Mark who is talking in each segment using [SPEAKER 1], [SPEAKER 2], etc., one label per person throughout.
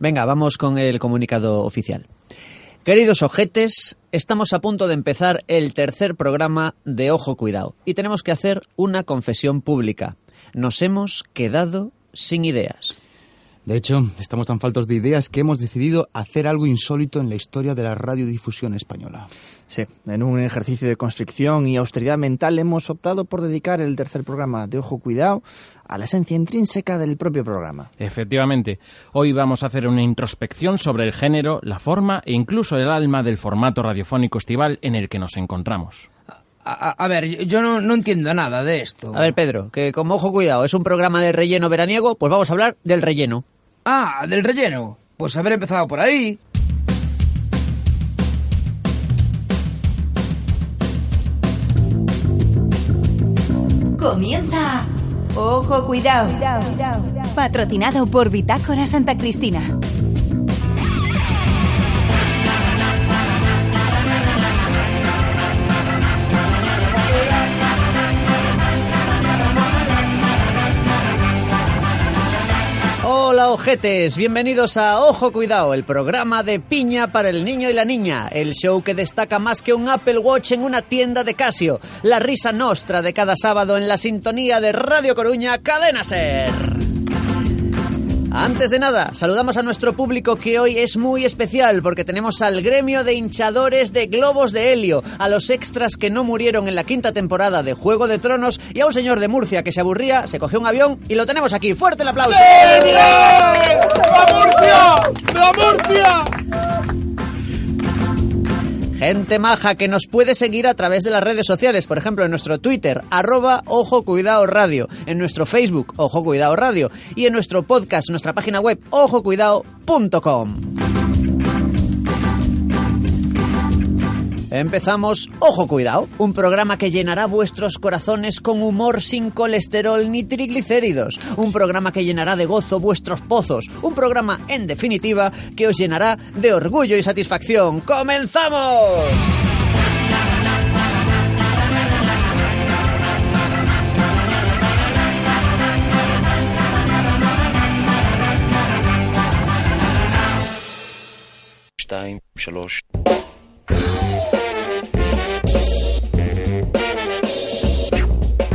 [SPEAKER 1] Venga, vamos con el comunicado oficial. Queridos ojetes, estamos a punto de empezar el tercer programa de Ojo Cuidado y tenemos que hacer una confesión pública. Nos hemos quedado sin ideas.
[SPEAKER 2] De hecho, estamos tan faltos de ideas que hemos decidido hacer algo insólito en la historia de la radiodifusión española.
[SPEAKER 3] Sí, en un ejercicio de constricción y austeridad mental hemos optado por dedicar el tercer programa de Ojo Cuidado a la esencia intrínseca del propio programa.
[SPEAKER 4] Efectivamente, hoy vamos a hacer una introspección sobre el género, la forma e incluso el alma del formato radiofónico estival en el que nos encontramos.
[SPEAKER 5] A, a ver, yo no, no entiendo nada de esto.
[SPEAKER 1] A ver, Pedro, que como Ojo Cuidado es un programa de relleno veraniego, pues vamos a hablar del relleno.
[SPEAKER 5] Ah, del relleno. Pues haber empezado por ahí.
[SPEAKER 6] Comienza. Ojo, cuidado. Patrocinado por Bitácora Santa Cristina.
[SPEAKER 1] Hola ojetes, bienvenidos a Ojo Cuidado, el programa de piña para el niño y la niña, el show que destaca más que un Apple Watch en una tienda de Casio, la risa nostra de cada sábado en la sintonía de Radio Coruña Cadena Ser. Antes de nada, saludamos a nuestro público que hoy es muy especial porque tenemos al gremio de hinchadores de globos de helio, a los extras que no murieron en la quinta temporada de Juego de Tronos y a un señor de Murcia que se aburría, se cogió un avión y lo tenemos aquí. ¡Fuerte el aplauso! Gente maja que nos puede seguir a través de las redes sociales, por ejemplo en nuestro Twitter, arroba Ojo Cuidado Radio, en nuestro Facebook, Ojo Cuidado Radio, y en nuestro podcast, nuestra página web, ojocuidado.com. Empezamos Ojo Cuidado, un programa que llenará vuestros corazones con humor sin colesterol ni triglicéridos, un programa que llenará de gozo vuestros pozos, un programa, en definitiva, que os llenará de orgullo y satisfacción. ¡Comenzamos!
[SPEAKER 7] שתיים, שלוש.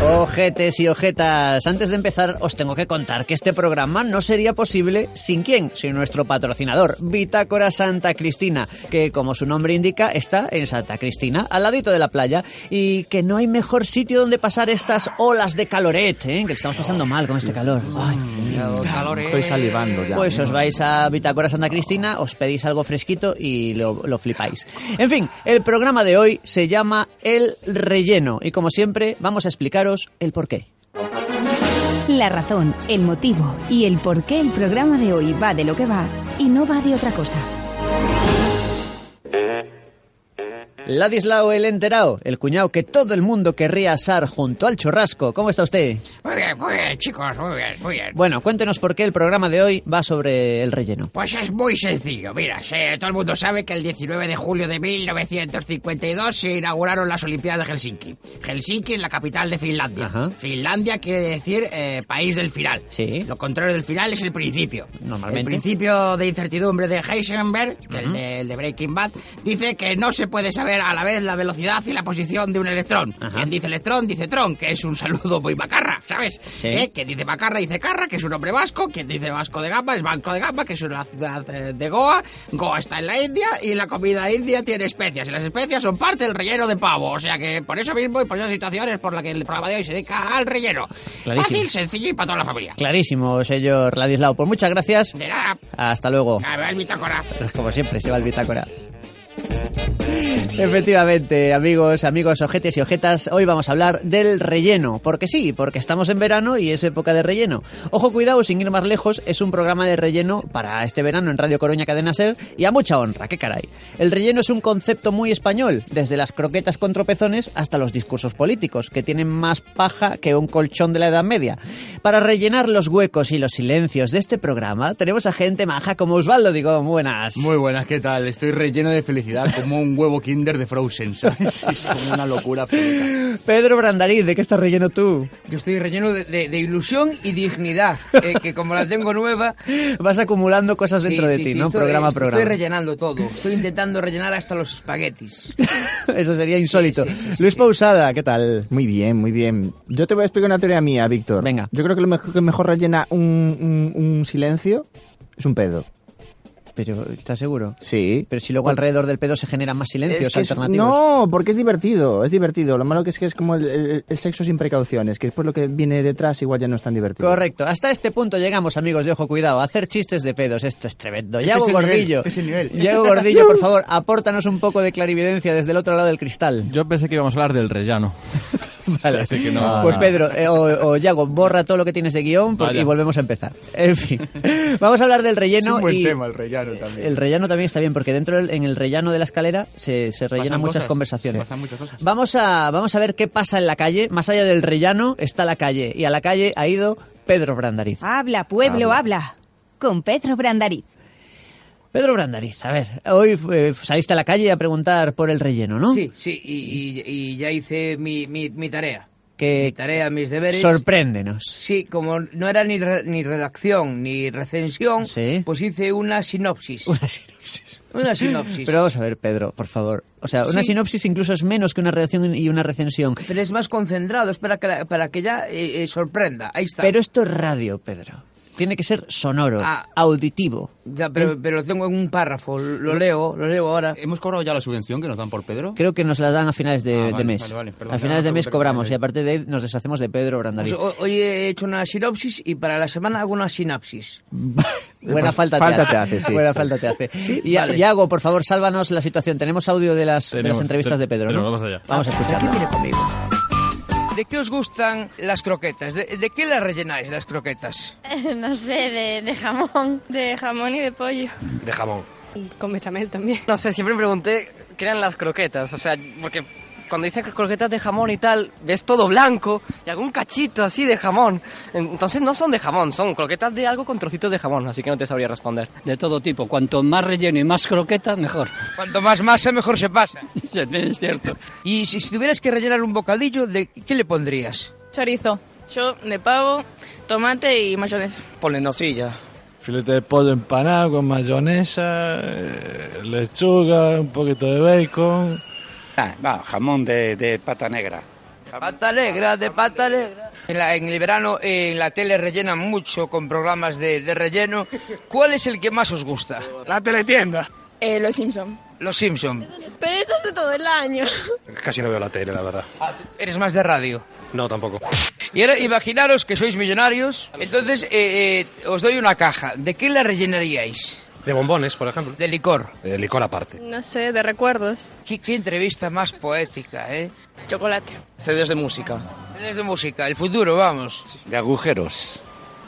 [SPEAKER 1] Ojetes y ojetas, antes de empezar os tengo que contar que este programa no sería posible sin quién, sin nuestro patrocinador, Bitácora Santa Cristina, que como su nombre indica está en Santa Cristina, al ladito de la playa, y que no hay mejor sitio donde pasar estas olas de caloret, ¿eh? que estamos
[SPEAKER 3] Oh.
[SPEAKER 1] pasando mal con este calor. Ay.
[SPEAKER 3] Mm. Estoy salivando ya. Mm.
[SPEAKER 1] Pues os vais a Bitácora Santa Cristina, os pedís algo fresquito y lo, lo flipáis. En fin, el programa de hoy se llama El Relleno y como siempre vamos a explicaros el porqué.
[SPEAKER 6] La razón, el motivo y el por qué el programa de hoy va de lo que va y no va de otra cosa.
[SPEAKER 1] Ladislao el Enterao, el cuñado que todo el mundo querría asar junto al churrasco. ¿Cómo está usted?
[SPEAKER 8] Muy bien, muy bien, chicos, muy bien, muy bien.
[SPEAKER 1] Bueno, cuéntenos por qué el programa de hoy va sobre el relleno.
[SPEAKER 8] Pues es muy sencillo, mira, se- todo el mundo sabe que el 19 de julio de 1952 se inauguraron las Olimpiadas de Helsinki. Helsinki es la capital de Finlandia.
[SPEAKER 1] Ajá.
[SPEAKER 8] Finlandia quiere decir eh, país del final.
[SPEAKER 1] Sí.
[SPEAKER 8] Lo contrario del final es el principio.
[SPEAKER 1] Normalmente.
[SPEAKER 8] El principio de incertidumbre de Heisenberg, que el, de, el de Breaking Bad, dice que no se puede saber a la vez la velocidad y la posición de un electrón.
[SPEAKER 1] Ajá.
[SPEAKER 8] Quien dice electrón dice tron, que es un saludo muy macarra, ¿sabes?
[SPEAKER 1] Sí.
[SPEAKER 8] ¿Eh? Quien dice macarra dice carra, que es un hombre vasco. Quien dice vasco de gamba es banco de gamba, que es una ciudad eh, de Goa. Goa está en la India y la comida india tiene especias. Y las especias son parte del relleno de pavo. O sea que por eso mismo y por esas situaciones por la que el programa de hoy se dedica al relleno.
[SPEAKER 1] Clarísimo.
[SPEAKER 8] Fácil, sencillo y para toda la familia.
[SPEAKER 1] Clarísimo, señor Ladislao. Pues muchas gracias.
[SPEAKER 8] De nada.
[SPEAKER 1] Hasta luego.
[SPEAKER 8] A ver, bitácora.
[SPEAKER 1] Como siempre, se va el bitácora. Efectivamente, amigos, amigos, ojetes y ojetas, hoy vamos a hablar del relleno. Porque sí, porque estamos en verano y es época de relleno. Ojo, cuidado, sin ir más lejos, es un programa de relleno para este verano en Radio Coruña Cadena Ser y a mucha honra, qué caray. El relleno es un concepto muy español, desde las croquetas con tropezones hasta los discursos políticos, que tienen más paja que un colchón de la Edad Media. Para rellenar los huecos y los silencios de este programa, tenemos a gente maja como Osvaldo, digo, buenas.
[SPEAKER 2] Muy buenas, ¿qué tal? Estoy relleno de felicidad, como un huevo Kinder de Frozen, ¿sabes? Es como una locura absoluta.
[SPEAKER 1] Pedro Brandariz, ¿de qué estás relleno tú?
[SPEAKER 5] Yo estoy relleno de, de- de ilusión y dignidad, eh, que como la tengo nueva...
[SPEAKER 1] Vas acumulando cosas dentro
[SPEAKER 5] sí,
[SPEAKER 1] de
[SPEAKER 5] sí,
[SPEAKER 1] ti,
[SPEAKER 5] sí,
[SPEAKER 1] ¿no?
[SPEAKER 5] estoy-
[SPEAKER 1] programa a
[SPEAKER 5] estoy
[SPEAKER 1] programa.
[SPEAKER 5] rellenando todo. Estoy intentando rellenar hasta los espaguetis.
[SPEAKER 1] Eso sería insólito.
[SPEAKER 5] sí, sí, sí,
[SPEAKER 1] Luis
[SPEAKER 5] sí.
[SPEAKER 1] Pausada, ¿qué tal?
[SPEAKER 3] Muy bien, muy bien. Yo te voy a explicar una teoría mía, Víctor.
[SPEAKER 1] Venga.
[SPEAKER 3] Yo creo que lo mejor, que mejor rellena un, un- un silencio es un pedo.
[SPEAKER 1] Pero, ¿estás seguro?
[SPEAKER 3] Sí.
[SPEAKER 1] Pero si luego alrededor del pedo se generan más silencios
[SPEAKER 3] Es que es-
[SPEAKER 1] alternativos.
[SPEAKER 3] no, porque es divertido, es divertido. Lo malo que es que es como el, el- el sexo sin precauciones, que después lo que viene detrás igual ya no es tan divertido.
[SPEAKER 1] Correcto. Hasta este punto llegamos, amigos de Ojo Cuidado. A hacer chistes de pedos. Esto es tremendo. Yago
[SPEAKER 2] es el nivel,
[SPEAKER 1] Gordillo.
[SPEAKER 2] este es el nivel.
[SPEAKER 1] Yago Gordillo, por favor, apórtanos un poco de clarividencia desde el otro lado del cristal.
[SPEAKER 4] Yo pensé que íbamos a hablar del rellano.
[SPEAKER 1] Vale.
[SPEAKER 4] Así que no.
[SPEAKER 1] Pues Pedro, eh, o, o Yago, borra todo lo que tienes de guión por-
[SPEAKER 4] Vaya.
[SPEAKER 1] y volvemos a empezar. En fin. Vamos a hablar del
[SPEAKER 2] Es
[SPEAKER 1] relleno
[SPEAKER 2] un buen
[SPEAKER 1] y...
[SPEAKER 2] tema el rellano también.
[SPEAKER 1] El rellano también está bien, porque dentro del- en el rellano de la escalera se, se rellenan
[SPEAKER 2] Pasan
[SPEAKER 1] muchas
[SPEAKER 2] cosas,
[SPEAKER 1] conversaciones.
[SPEAKER 2] pasan muchas cosas.
[SPEAKER 1] Vamos a, vamos a ver qué pasa en la calle. Más allá del rellano está la calle. Y a la calle ha ido Pedro Brandariz.
[SPEAKER 6] Habla, pueblo, habla. Con Pedro Brandariz.
[SPEAKER 1] Pedro Brandariz, a ver, hoy eh, saliste a la calle a preguntar por el relleno, ¿no?
[SPEAKER 5] Sí, sí, y, y- y ya hice mi, mi- mi tarea. Mi
[SPEAKER 1] Que
[SPEAKER 5] tarea, mis deberes.
[SPEAKER 1] sorpréndenos.
[SPEAKER 5] Sí, como no era ni, re- ni redacción ni recensión,
[SPEAKER 1] Sí.
[SPEAKER 5] pues hice una sinopsis.
[SPEAKER 1] Una sinopsis.
[SPEAKER 5] Una sinopsis.
[SPEAKER 1] Pero vamos a ver, Pedro, por favor. O sea, una
[SPEAKER 5] Sí.
[SPEAKER 1] sinopsis incluso es menos que una redacción y una recensión.
[SPEAKER 5] Pero es más concentrado, es para que, la- para que ya eh, eh, sorprenda. Ahí está.
[SPEAKER 1] Pero esto es radio, Pedro. Tiene que ser sonoro,
[SPEAKER 5] Ah.
[SPEAKER 1] auditivo.
[SPEAKER 5] Ya, pero, pero lo tengo en un párrafo, lo leo, lo leo ahora.
[SPEAKER 2] ¿Hemos cobrado ya la subvención que nos dan por Pedro?
[SPEAKER 1] Creo que nos la dan a finales de,
[SPEAKER 2] Ah, vale,
[SPEAKER 1] de mes.
[SPEAKER 2] vale, vale, perdón,
[SPEAKER 1] a
[SPEAKER 2] ya
[SPEAKER 1] finales
[SPEAKER 2] no
[SPEAKER 1] de mes
[SPEAKER 2] pregunté
[SPEAKER 1] cobramos
[SPEAKER 2] qué
[SPEAKER 1] y
[SPEAKER 2] era.
[SPEAKER 1] a partir de ahí nos deshacemos de Pedro Brandariz.
[SPEAKER 5] Pues ho- hoy he hecho una sinopsis y para la semana hago una sinapsis. oh,
[SPEAKER 1] Buena
[SPEAKER 5] pues,
[SPEAKER 1] falta,
[SPEAKER 3] falta
[SPEAKER 1] te,
[SPEAKER 3] te
[SPEAKER 1] hace.
[SPEAKER 3] hace, sí.
[SPEAKER 1] Buena falta te hace. Y,
[SPEAKER 5] vale.
[SPEAKER 1] Iago, por favor, sálvanos la situación. Tenemos audio de las, de las
[SPEAKER 4] Tenemos,
[SPEAKER 1] entrevistas
[SPEAKER 4] te-
[SPEAKER 1] de Pedro, ¿no?
[SPEAKER 4] tenemos, vamos allá.
[SPEAKER 1] Vamos a
[SPEAKER 5] Aquí
[SPEAKER 1] escucharlo.
[SPEAKER 5] viene conmigo. ¿De qué os gustan las croquetas? ¿De, de qué las rellenáis las croquetas?
[SPEAKER 9] No sé, de, de jamón, de jamón y de pollo.
[SPEAKER 10] De jamón.
[SPEAKER 9] Con bechamel también.
[SPEAKER 10] No sé, siempre me pregunté qué eran las croquetas. O sea, porque cuando dicen croquetas de jamón y tal, ves todo blanco y algún cachito así de jamón. Entonces no son de jamón, son croquetas de algo con trocitos de jamón, así que no te sabría responder.
[SPEAKER 11] De todo tipo. Cuanto más relleno y más croqueta, mejor.
[SPEAKER 5] Cuanto más masa, mejor se pasa.
[SPEAKER 11] Sí, es cierto.
[SPEAKER 5] Y si, si tuvieras que rellenar un bocadillo, ¿de qué le pondrías?
[SPEAKER 9] Chorizo. Yo de pavo, tomate y mayonesa.
[SPEAKER 10] Ponle nocilla.
[SPEAKER 11] Filete de pollo empanado con mayonesa, eh, lechuga, un poquito de bacon.
[SPEAKER 10] jamón de, pata negra.
[SPEAKER 5] Pata negra, de pata negra. En, la- en el verano eh, en la tele rellenan mucho con programas de, de relleno. ¿Cuál es el que más os gusta?
[SPEAKER 10] La teletienda.
[SPEAKER 9] Eh, los Simpson.
[SPEAKER 5] Los Simpson.
[SPEAKER 9] Pero eso es de todo el año.
[SPEAKER 10] Casi no veo la tele, la verdad.
[SPEAKER 5] Ah, tú eres más de radio.
[SPEAKER 10] No, tampoco.
[SPEAKER 5] Y ahora imaginaros que sois millonarios, entonces eh, eh, os doy una caja. ¿De qué la rellenaríais?
[SPEAKER 10] De bombones, por ejemplo.
[SPEAKER 5] De licor.
[SPEAKER 10] De licor aparte.
[SPEAKER 9] No sé, de recuerdos.
[SPEAKER 5] ¿Qué, qué entrevista más poética, ¿eh?
[SPEAKER 9] Chocolate.
[SPEAKER 10] CDs de música.
[SPEAKER 5] Desde música, el futuro, vamos.
[SPEAKER 10] De agujeros.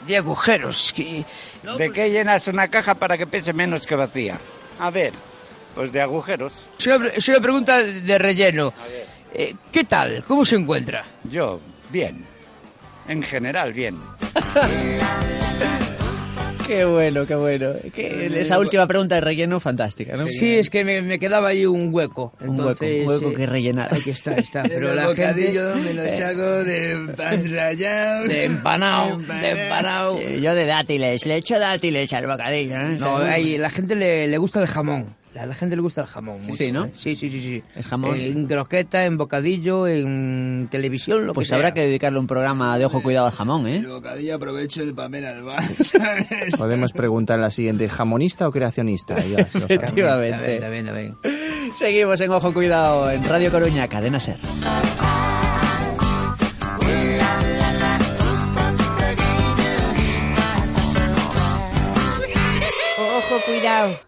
[SPEAKER 5] De agujeros. que- no, pues,
[SPEAKER 10] qué llenas una caja para que pese menos que vacía? A ver, pues de agujeros.
[SPEAKER 5] Es una, pre- es una pregunta de relleno. Eh, ¿Qué tal? ¿Cómo se encuentra?
[SPEAKER 10] Yo, bien. En general, bien.
[SPEAKER 1] Qué bueno, qué bueno. Qué- esa última pregunta de relleno, fantástica, ¿no?
[SPEAKER 5] Sí, es que me, me quedaba ahí un hueco.
[SPEAKER 1] Un hueco,
[SPEAKER 5] entonces,
[SPEAKER 1] un hueco
[SPEAKER 5] eh,
[SPEAKER 1] que rellenar.
[SPEAKER 5] Ahí está, ahí está. Pero la gente...
[SPEAKER 8] me lo saco de pan rallado.
[SPEAKER 5] De empanado, de empanado.
[SPEAKER 1] Sí, Yo de dátiles, le echo dátiles al bocadillo. ¿eh?
[SPEAKER 5] No, ahí, la gente le, le gusta el jamón. A la gente le gusta el jamón. mucho,
[SPEAKER 1] sí, ¿no?
[SPEAKER 5] ¿eh? Sí, sí, sí, sí.
[SPEAKER 1] El jamón.
[SPEAKER 5] En croqueta, en bocadillo, en televisión, lo
[SPEAKER 1] Pues
[SPEAKER 5] que
[SPEAKER 1] habrá
[SPEAKER 5] sea.
[SPEAKER 1] que dedicarle un programa de ojo cuidado al jamón, ¿eh?
[SPEAKER 8] bocadillo aprovecho el papel al bar.
[SPEAKER 3] Podemos preguntar la siguiente, ¿jamonista o creacionista? Y ya se lo sabe.
[SPEAKER 5] Está bien, está
[SPEAKER 1] Efectivamente.
[SPEAKER 5] bien, está bien.
[SPEAKER 1] Seguimos en Ojo Cuidado en Radio Coruña, Cadena Ser.
[SPEAKER 6] Ojo, cuidado.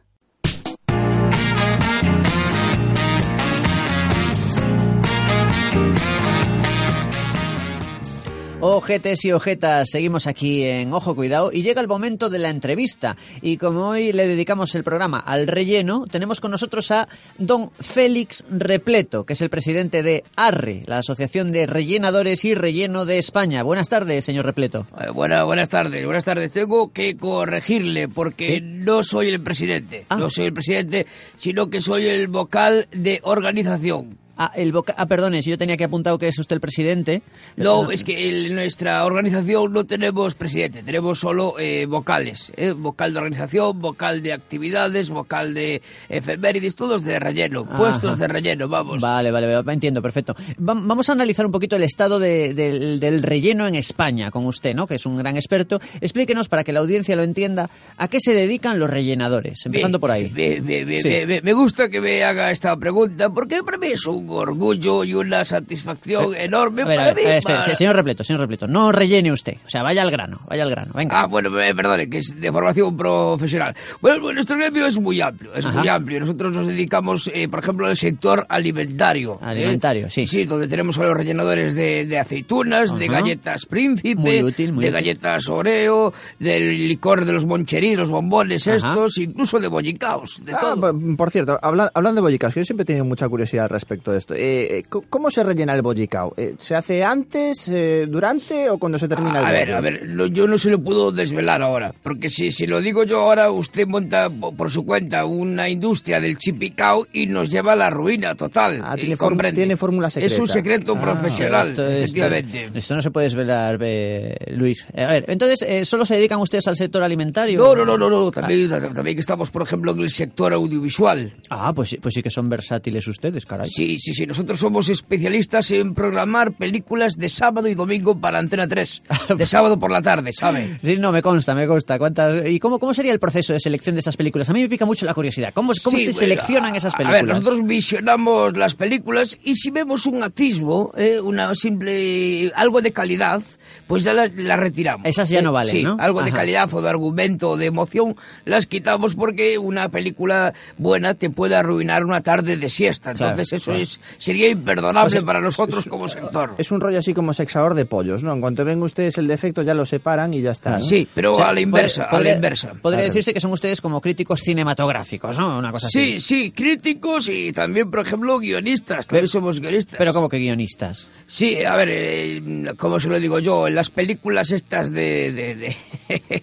[SPEAKER 1] Ojetes y ojetas, seguimos aquí en Ojo Cuidado y llega el momento de la entrevista. Y como hoy le dedicamos el programa al relleno, tenemos con nosotros a don Félix Repleto, que es el presidente de ARRE, la Asociación de Rellenadores y Relleno de España. Buenas tardes, señor Repleto.
[SPEAKER 5] Eh, buena- buenas tardes, buenas tardes. Tengo que corregirle porque no soy el presidente.
[SPEAKER 1] Ah.
[SPEAKER 5] No soy el presidente, sino que soy el vocal de organización.
[SPEAKER 1] Ah, el voca- ah, perdone, si yo tenía que apuntado que es usted el presidente.
[SPEAKER 5] No,
[SPEAKER 1] Pero-
[SPEAKER 5] es que en nuestra organización no tenemos presidente, tenemos solo eh, vocales. ¿eh? Vocal de organización, vocal de actividades, vocal de efemérides, todos de relleno,
[SPEAKER 1] Ajá.
[SPEAKER 5] puestos de relleno, vamos.
[SPEAKER 1] Vale, vale, vale, entiendo, perfecto. Va- Vamos a analizar un poquito el estado de- del, del relleno en España con usted, ¿no? Que es un gran experto. Explíquenos, para que la audiencia lo entienda, a qué se dedican los rellenadores, empezando
[SPEAKER 5] Bien,
[SPEAKER 1] por ahí.
[SPEAKER 5] bien, bien, bien,
[SPEAKER 1] Sí.
[SPEAKER 5] bien, bien. Me gusta que me haga esta pregunta porque para mí es un orgullo y una satisfacción enorme
[SPEAKER 1] A ver, a
[SPEAKER 5] para
[SPEAKER 1] ver,
[SPEAKER 5] mí.
[SPEAKER 1] eh, espere,
[SPEAKER 5] para-
[SPEAKER 1] se- señor Repleto, señor Repleto, no rellene usted. O sea, vaya al grano, vaya al grano, venga.
[SPEAKER 5] Ah, bueno, eh, perdone, que es de formación profesional. Bueno, pues, nuestro gremio es muy amplio, es
[SPEAKER 1] Ajá.
[SPEAKER 5] muy amplio. Nosotros nos dedicamos, eh, por ejemplo, al sector alimentario. ¿eh?
[SPEAKER 1] Alimentario, sí.
[SPEAKER 5] Sí, donde tenemos a los rellenadores de, de aceitunas, de
[SPEAKER 1] Ajá.
[SPEAKER 5] galletas príncipe,
[SPEAKER 1] Muy útil, muy
[SPEAKER 5] de
[SPEAKER 1] útil.
[SPEAKER 5] galletas oreo, del licor de los moncherí, los bombones
[SPEAKER 3] Ajá.
[SPEAKER 5] estos, incluso de bollicaos, de
[SPEAKER 3] Ah,
[SPEAKER 5] todo.
[SPEAKER 3] por, por cierto, habla- hablando de bollicaos, que yo siempre he tenido mucha curiosidad al respecto de esto. Eh, eh, co- ¿Cómo se rellena el bollicao? Eh, ¿Se hace antes, eh, durante o cuando se termina el Pues
[SPEAKER 5] A ver,
[SPEAKER 3] bollo?
[SPEAKER 5] a ver, lo- yo no se lo puedo desvelar ahora, porque si, si lo digo yo ahora, usted monta po- por su cuenta una industria del chipicao y nos lleva a la ruina total.
[SPEAKER 3] Ah,
[SPEAKER 5] eh,
[SPEAKER 3] tiene, form-
[SPEAKER 5] comprende.
[SPEAKER 3] tiene fórmula secreta.
[SPEAKER 5] Es un secreto
[SPEAKER 3] Ah,
[SPEAKER 5] profesional,
[SPEAKER 1] Esto, esto-
[SPEAKER 5] efectivamente.
[SPEAKER 1] esto no se puede desvelar, eh, Luis. Eh, A ver, entonces, eh, ¿solo se dedican ustedes al sector alimentario?
[SPEAKER 5] No, no, no, no, no, También, también que estamos, por ejemplo, en el sector audiovisual.
[SPEAKER 1] Ah, pues, sí- pues sí que son versátiles ustedes, caray.
[SPEAKER 5] Sí, sí, sí. Nosotros somos especialistas en programar películas de sábado y domingo para Antena 3. De sábado por la tarde, ¿sabe?
[SPEAKER 1] Sí, no, me consta, me consta. ¿Cuántas... ¿Y cómo, cómo sería el proceso de selección de esas películas? A mí me pica mucho la curiosidad. ¿Cómo, cómo
[SPEAKER 5] Sí,
[SPEAKER 1] se
[SPEAKER 5] bueno,
[SPEAKER 1] seleccionan esas películas?
[SPEAKER 5] A ver, nosotros visionamos las películas y si vemos un atisbo, eh, una simple algo de calidad, pues ya las las retiramos.
[SPEAKER 1] Esas ya
[SPEAKER 5] Eh,
[SPEAKER 1] no valen,
[SPEAKER 5] sí,
[SPEAKER 1] ¿no?
[SPEAKER 5] algo de
[SPEAKER 1] Ajá.
[SPEAKER 5] calidad o de argumento o de emoción, las quitamos porque una película buena te puede arruinar una tarde de siesta.
[SPEAKER 3] Claro,
[SPEAKER 5] Entonces eso
[SPEAKER 3] claro.
[SPEAKER 5] es sería imperdonable
[SPEAKER 3] Pues es-
[SPEAKER 5] para nosotros como sector.
[SPEAKER 3] Es un rollo así como sexador de pollos, ¿no? En cuanto ven ustedes el defecto ya lo separan y ya está. ¿no?
[SPEAKER 5] Sí, pero
[SPEAKER 1] O
[SPEAKER 5] a
[SPEAKER 1] sea,
[SPEAKER 5] la
[SPEAKER 1] podría-
[SPEAKER 5] inversa, a la
[SPEAKER 1] podría-
[SPEAKER 5] inversa.
[SPEAKER 1] Podría decirse que son ustedes como críticos cinematográficos, ¿no? Una cosa así.
[SPEAKER 5] Sí, sí, críticos y también, por ejemplo, guionistas. También somos guionistas.
[SPEAKER 1] Pero como que guionistas.
[SPEAKER 5] Sí, a ver, eh, ¿cómo se lo digo yo? En las películas estas de... de, de-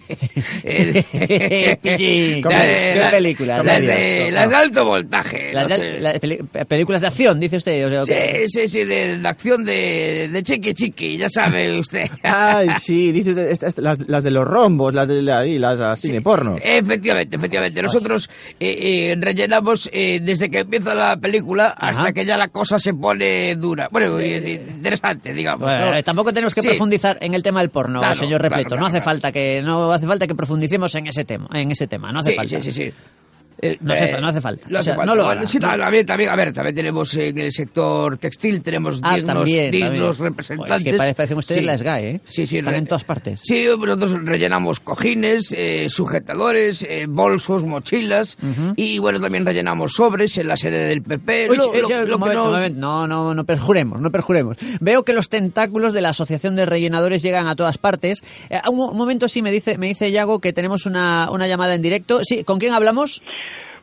[SPEAKER 5] eh, de-
[SPEAKER 1] Pillín.
[SPEAKER 5] la-
[SPEAKER 1] ¿Qué
[SPEAKER 5] la-
[SPEAKER 1] películas?
[SPEAKER 5] Las
[SPEAKER 1] Comedia.
[SPEAKER 5] de, las de alto voltaje.
[SPEAKER 1] Las
[SPEAKER 5] no
[SPEAKER 1] de-
[SPEAKER 5] sé.
[SPEAKER 1] las peli- pe- películas de acción, dice usted. o sea, que-
[SPEAKER 5] Sí, sí, sí, de la acción de, de Chiqui Chiqui, ya sabe usted.
[SPEAKER 3] Ay, sí, dice usted, estas- estas- las, las de los rombos, las de la, y las, las
[SPEAKER 5] Eh,
[SPEAKER 3] cineporno.
[SPEAKER 5] Efectivamente, efectivamente. Nosotros eh, eh, rellenamos eh, desde que empieza la película hasta que ya la cosa se pone dura. Bueno, eh, interesante, digamos.
[SPEAKER 1] Bueno,
[SPEAKER 5] ¿no?
[SPEAKER 1] eh, tampoco tenemos que
[SPEAKER 5] Sí.
[SPEAKER 1] profundizar en el tema del porno,
[SPEAKER 5] Claro,
[SPEAKER 1] señor
[SPEAKER 5] claro,
[SPEAKER 1] Repleto. no
[SPEAKER 5] claro,
[SPEAKER 1] hace
[SPEAKER 5] claro.
[SPEAKER 1] falta que no hace falta que profundicemos en ese tema, en ese tema. No hace
[SPEAKER 5] Sí,
[SPEAKER 1] falta.
[SPEAKER 5] sí, sí, sí. Eh,
[SPEAKER 1] No hace,
[SPEAKER 5] eh,
[SPEAKER 1] no hace falta.
[SPEAKER 5] No
[SPEAKER 1] O
[SPEAKER 5] hace
[SPEAKER 1] sea,
[SPEAKER 5] falta.
[SPEAKER 1] no lo
[SPEAKER 5] Bueno,
[SPEAKER 1] haga.
[SPEAKER 5] sí,
[SPEAKER 1] No-
[SPEAKER 5] también, también, a ver, también tenemos en el sector textil, tenemos
[SPEAKER 1] Ah,
[SPEAKER 5] dignos,
[SPEAKER 1] también,
[SPEAKER 5] dignos
[SPEAKER 1] también.
[SPEAKER 5] representantes.
[SPEAKER 1] Oye, es que pare- parecen ustedes
[SPEAKER 5] Sí.
[SPEAKER 1] las GAE, ¿eh?
[SPEAKER 5] Sí, sí,
[SPEAKER 1] Están
[SPEAKER 5] re-
[SPEAKER 1] en todas partes.
[SPEAKER 5] Sí, nosotros rellenamos cojines, eh, sujetadores, eh, bolsos, mochilas y bueno, también rellenamos sobres en la sede del PP.
[SPEAKER 1] Oye,
[SPEAKER 5] Lo-
[SPEAKER 1] eh,
[SPEAKER 5] lo-
[SPEAKER 1] yo-
[SPEAKER 5] lo
[SPEAKER 1] un
[SPEAKER 5] que
[SPEAKER 1] momento,
[SPEAKER 5] nos-
[SPEAKER 1] un momento. No, no, no perjuremos, no perjuremos. Veo que los tentáculos de la Asociación de Rellenadores llegan a todas partes. Eh, un, mo- un momento sí me dice, me dice Yago que tenemos una, una llamada en directo. Sí, ¿con quién hablamos?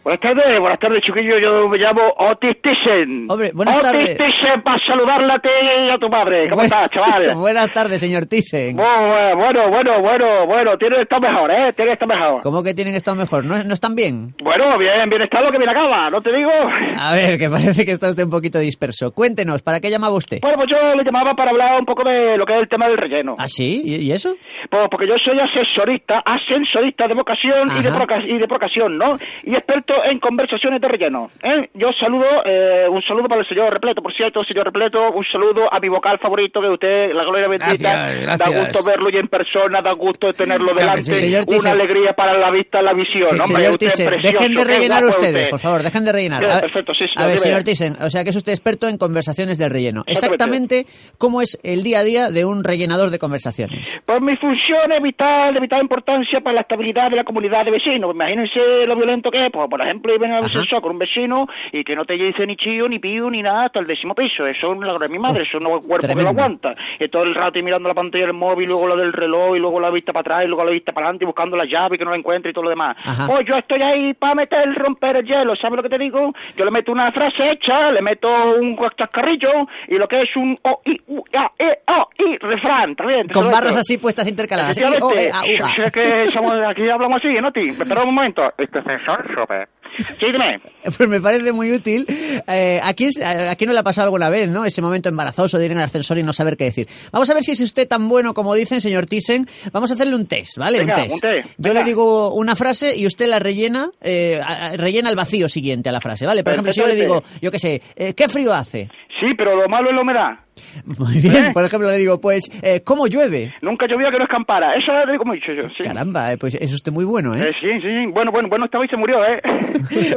[SPEAKER 12] Buenas tardes, buenas tardes, chiquillo. Yo me llamo Otis Thyssen.
[SPEAKER 1] Hombre, buenas
[SPEAKER 12] Otis
[SPEAKER 1] tardes.
[SPEAKER 12] Thyssen, para saludarla a ti y a tu madre. ¿Cómo
[SPEAKER 1] Buenas-
[SPEAKER 12] estás, chaval?
[SPEAKER 1] Buenas tardes, señor Thyssen.
[SPEAKER 12] Bueno, bueno, bueno, bueno, bueno. Tienes estado mejor, ¿eh? Tienes estado mejor.
[SPEAKER 1] ¿Cómo que tienen estado mejor? ¿No, no están bien?
[SPEAKER 12] Bueno, bien, bien está lo que me acaba, ¿no te digo?
[SPEAKER 1] A ver, que parece que está usted un poquito disperso. Cuéntenos, ¿para qué llamaba usted?
[SPEAKER 12] Bueno, pues yo le llamaba para hablar un poco de lo que es el tema del relleno.
[SPEAKER 1] ¿Ah, sí? ¿Y, y eso?
[SPEAKER 12] Pues porque yo soy asesorista, asesorista de vocación y de,
[SPEAKER 1] Ajá.
[SPEAKER 12] proca- y de vocación, ¿no? Y experto en conversaciones de relleno. ¿eh? Yo saludo, eh, un saludo para el señor Repleto, por cierto, señor Repleto, un saludo a mi vocal favorito de usted, la gloria bendita.
[SPEAKER 5] Gracias,
[SPEAKER 12] Da
[SPEAKER 5] gracias.
[SPEAKER 12] gusto verlo y en persona, da gusto tenerlo
[SPEAKER 5] Claro que
[SPEAKER 12] delante.
[SPEAKER 5] sí. Señor
[SPEAKER 12] Una
[SPEAKER 5] Thyssen.
[SPEAKER 12] alegría para la vista, la visión,
[SPEAKER 1] Sí,
[SPEAKER 12] hombre,
[SPEAKER 1] señor
[SPEAKER 12] usted es
[SPEAKER 1] Thyssen,
[SPEAKER 12] precioso,
[SPEAKER 1] dejen de
[SPEAKER 12] qué
[SPEAKER 1] rellenar
[SPEAKER 12] guapo
[SPEAKER 1] ustedes,
[SPEAKER 12] usted.
[SPEAKER 1] por favor, dejen de rellenar.
[SPEAKER 12] Bien,
[SPEAKER 1] A ver-
[SPEAKER 12] perfecto, sí, señor,
[SPEAKER 1] A ver,
[SPEAKER 12] dime.
[SPEAKER 1] señor Thyssen, o sea que es usted experto en conversaciones de relleno.
[SPEAKER 12] Exactamente.
[SPEAKER 1] Exactamente, ¿cómo es el día a día de un rellenador de conversaciones?
[SPEAKER 12] Pues mi función es vital, de vital importancia para la estabilidad de la comunidad de vecinos. Imagínense lo violento que es, pues, por por ejemplo, iba en el ascensor con un vecino y que no te dice ni chío, ni pío, ni nada hasta el décimo piso. Eso es la de mi madre, eso no es cuerpo que
[SPEAKER 1] Tremendo.
[SPEAKER 12] lo aguanta. Y todo el rato y mirando la pantalla del móvil, luego la del reloj, y luego la vista para atrás, y luego la vista para adelante, y buscando la llave que no la encuentra y todo lo demás.
[SPEAKER 1] Ajá.
[SPEAKER 12] Oh, yo estoy ahí para meter, romper el hielo, ¿sabes lo que te digo? Yo le meto una frase hecha, le meto un cascarrillo y lo que es un o, i, u, a, e, o, i, refrán, también.
[SPEAKER 1] Con barras así puestas intercaladas. Eh, oh, eh, ah, uga.
[SPEAKER 12] Sé que somos, aquí hablamos así, ¿no, ti? Espera un momento. Este ascensor sube. Sí, dime.
[SPEAKER 1] Pues me parece muy útil. Eh, aquí, es- aquí no le ha pasado alguna vez, ¿no? Ese momento embarazoso de ir en el ascensor y no saber qué decir. Vamos a ver si es usted tan bueno como dicen, señor Thyssen. Vamos a hacerle un test, ¿vale?
[SPEAKER 12] Venga,
[SPEAKER 1] un
[SPEAKER 12] un
[SPEAKER 1] test.
[SPEAKER 12] test,
[SPEAKER 1] Yo
[SPEAKER 12] venga.
[SPEAKER 1] le digo una frase y usted la rellena, eh, a- a- rellena el vacío siguiente a la frase, ¿vale? Por ejemplo, si yo le digo,
[SPEAKER 12] Perfectamente.
[SPEAKER 1] yo qué sé, eh, ¿qué frío hace?
[SPEAKER 12] Sí, pero lo malo es la humedad.
[SPEAKER 1] Muy bien, por ejemplo, le digo, pues, eh, ¿cómo llueve?
[SPEAKER 12] Nunca llovió que no escampara. Eso es como he dicho yo. Sí.
[SPEAKER 1] Caramba, eh, pues es usted muy bueno, ¿eh?
[SPEAKER 12] Eh, sí, sí, sí. Bueno, bueno, bueno, esta vez se murió, ¿eh?